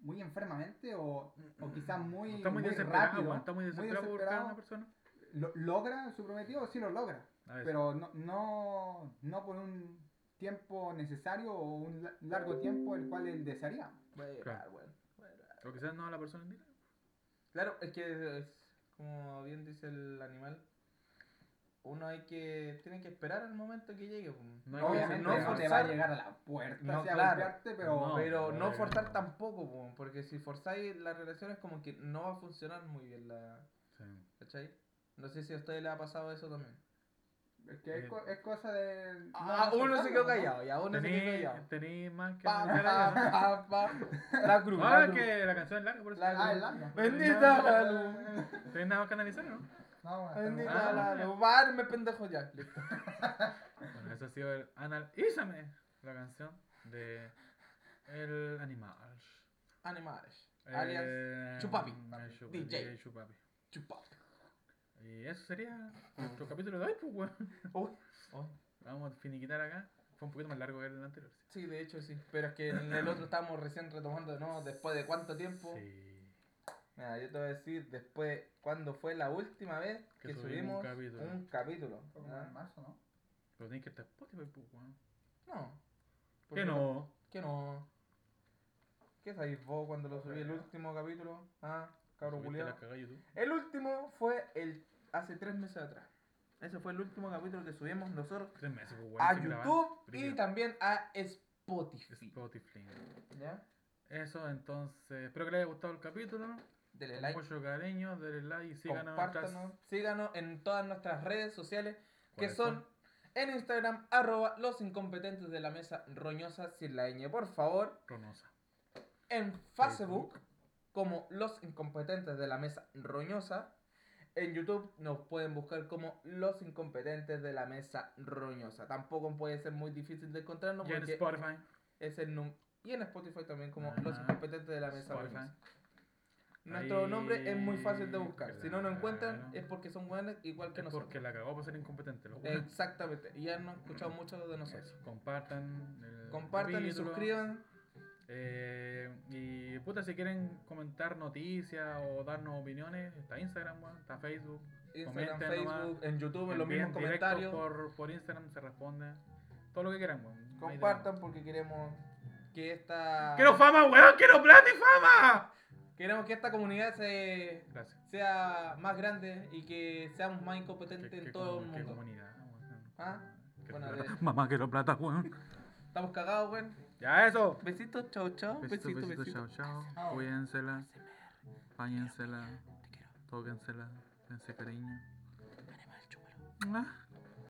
muy enfermamente o, o quizás muy, Está muy muy desesperado, rápido, weón. Está muy desesperado por buscar a desesperado. una persona. lo- logra su prometido, sí lo logra. A ver, pero no, no, no por un tiempo necesario o un la- largo tiempo el cual él desearía. Voy a llorar, Claro. weón. Voy a llorar. o quizás no a la persona indica. Claro, es que es como bien dice el animal, uno hay que, tiene que esperar al momento que llegue. pues. No hay que Obviamente no no, te va a forzar. llegar a la puerta, No, así a claro. golpearte, pero No. Pero no no, forzar no. tampoco, po, porque si forzáis las relaciones como que no va a funcionar muy bien la... Sí. ¿Cachai? No sé si a ustedes les ha pasado eso también. es, que es, co- es cosa de... no Ah, uno se aceptarlo, quedó ¿no? callado, ya uno se quedó Tení, callado. tení más que. Pa, anunciar ahí, ¿no? pa, pa, pa. La cruz. Ah, la cruz. que la canción es larga, por eso. La- Ah, el labio. Bendita la luz. ¿Tenés nada más que analizar, no? No, bueno, Bendita Ah, la ya. luz. Varme, pendejo, ya. Listo. Bueno, eso ha sido el Analízame, la canción de El Animal. Animales. Eh. Alias Chupapi. el Chu- DJ. DJ mm, Chupapi. Chupap. Y eso sería nuestro capítulo de hoy, pues, weón. Uy, uy. Oh. Vamos a finiquitar acá. Fue un poquito más largo que el anterior. sí. Sí, de hecho sí. Pero es que en el otro estábamos recién retomando, ¿no? Después de cuánto tiempo. Sí. Mira, yo te voy a decir después cuándo fue la última vez que, Que subimos un subimos un capítulo. capítulo. fue como ¿ah? en marzo, ¿no? Pero tenés que estar Spotify, pues, weón. No. ¿Por Que no. ¿Qué no? ¿Qué sabéis vos cuando lo subí el último capítulo? Ah, cabro Subiste culiao. la cagada a YouTube. El último fue el hace tres meses atrás. Ese fue el último capítulo que subimos nosotros Tres meses, pues, weón. a sin grabar. YouTube y Brígido. también a Spotify. Spotify. ¿Ya? Eso, entonces. Espero que les haya gustado el capítulo. Dele Con like, mucho cariño, denle like y síganos. en nuestras- compártanos, síganos en todas nuestras redes sociales que ¿Cuáles son en Instagram, arroba los incompetentes de la mesa roñosa sin la ñ, por favor. Ronosa. En Facebook, como los incompetentes de la mesa roñosa. En YouTube nos pueden buscar como los incompetentes de la mesa roñosa. Tampoco puede ser muy difícil de encontrarnos Y en porque Spotify. es el num- y en Spotify también como los Ajá. incompetentes de la mesa Spotify. roñosa. Nuestro nombre es muy fácil de Ahí, buscar. Si no nos encuentran claro. es porque Eh, son buenos igual que Es nosotros. porque la cagó por ser incompetente. Los buenos. Exactamente. Y ya han escuchado muchos de nosotros. Eso, compartan. el Compartan y capítulo. suscriban. Eh, y puta, si quieren comentar noticias o darnos opiniones, está Instagram, weón, está Facebook. Instagram, Comenten nomás. Facebook, en YouTube, en los Envíen mismos directo comentarios. Por, por Instagram se responde. Todo lo que quieran, weón. Ahí Compartan porque queremos que esta. tenemos. ¡Quiero fama, weón! ¡Quiero plata y fama! Queremos que esta comunidad se Gracias. sea más grande y que seamos más Qué- incompetentes qué en todo el comu- qué mundo. comunidad, weón. ¿Ah? Quiero Bueno, plata. de- Mamá, quiero plata, weón. Estamos cagados, weón. Ya eso. Besitos, chao, chao. Besitos, Besitos, besitos. besitos, chao, chao. Chao. Cuídensela, báñensela, tóquensela, dense cariño. Ah.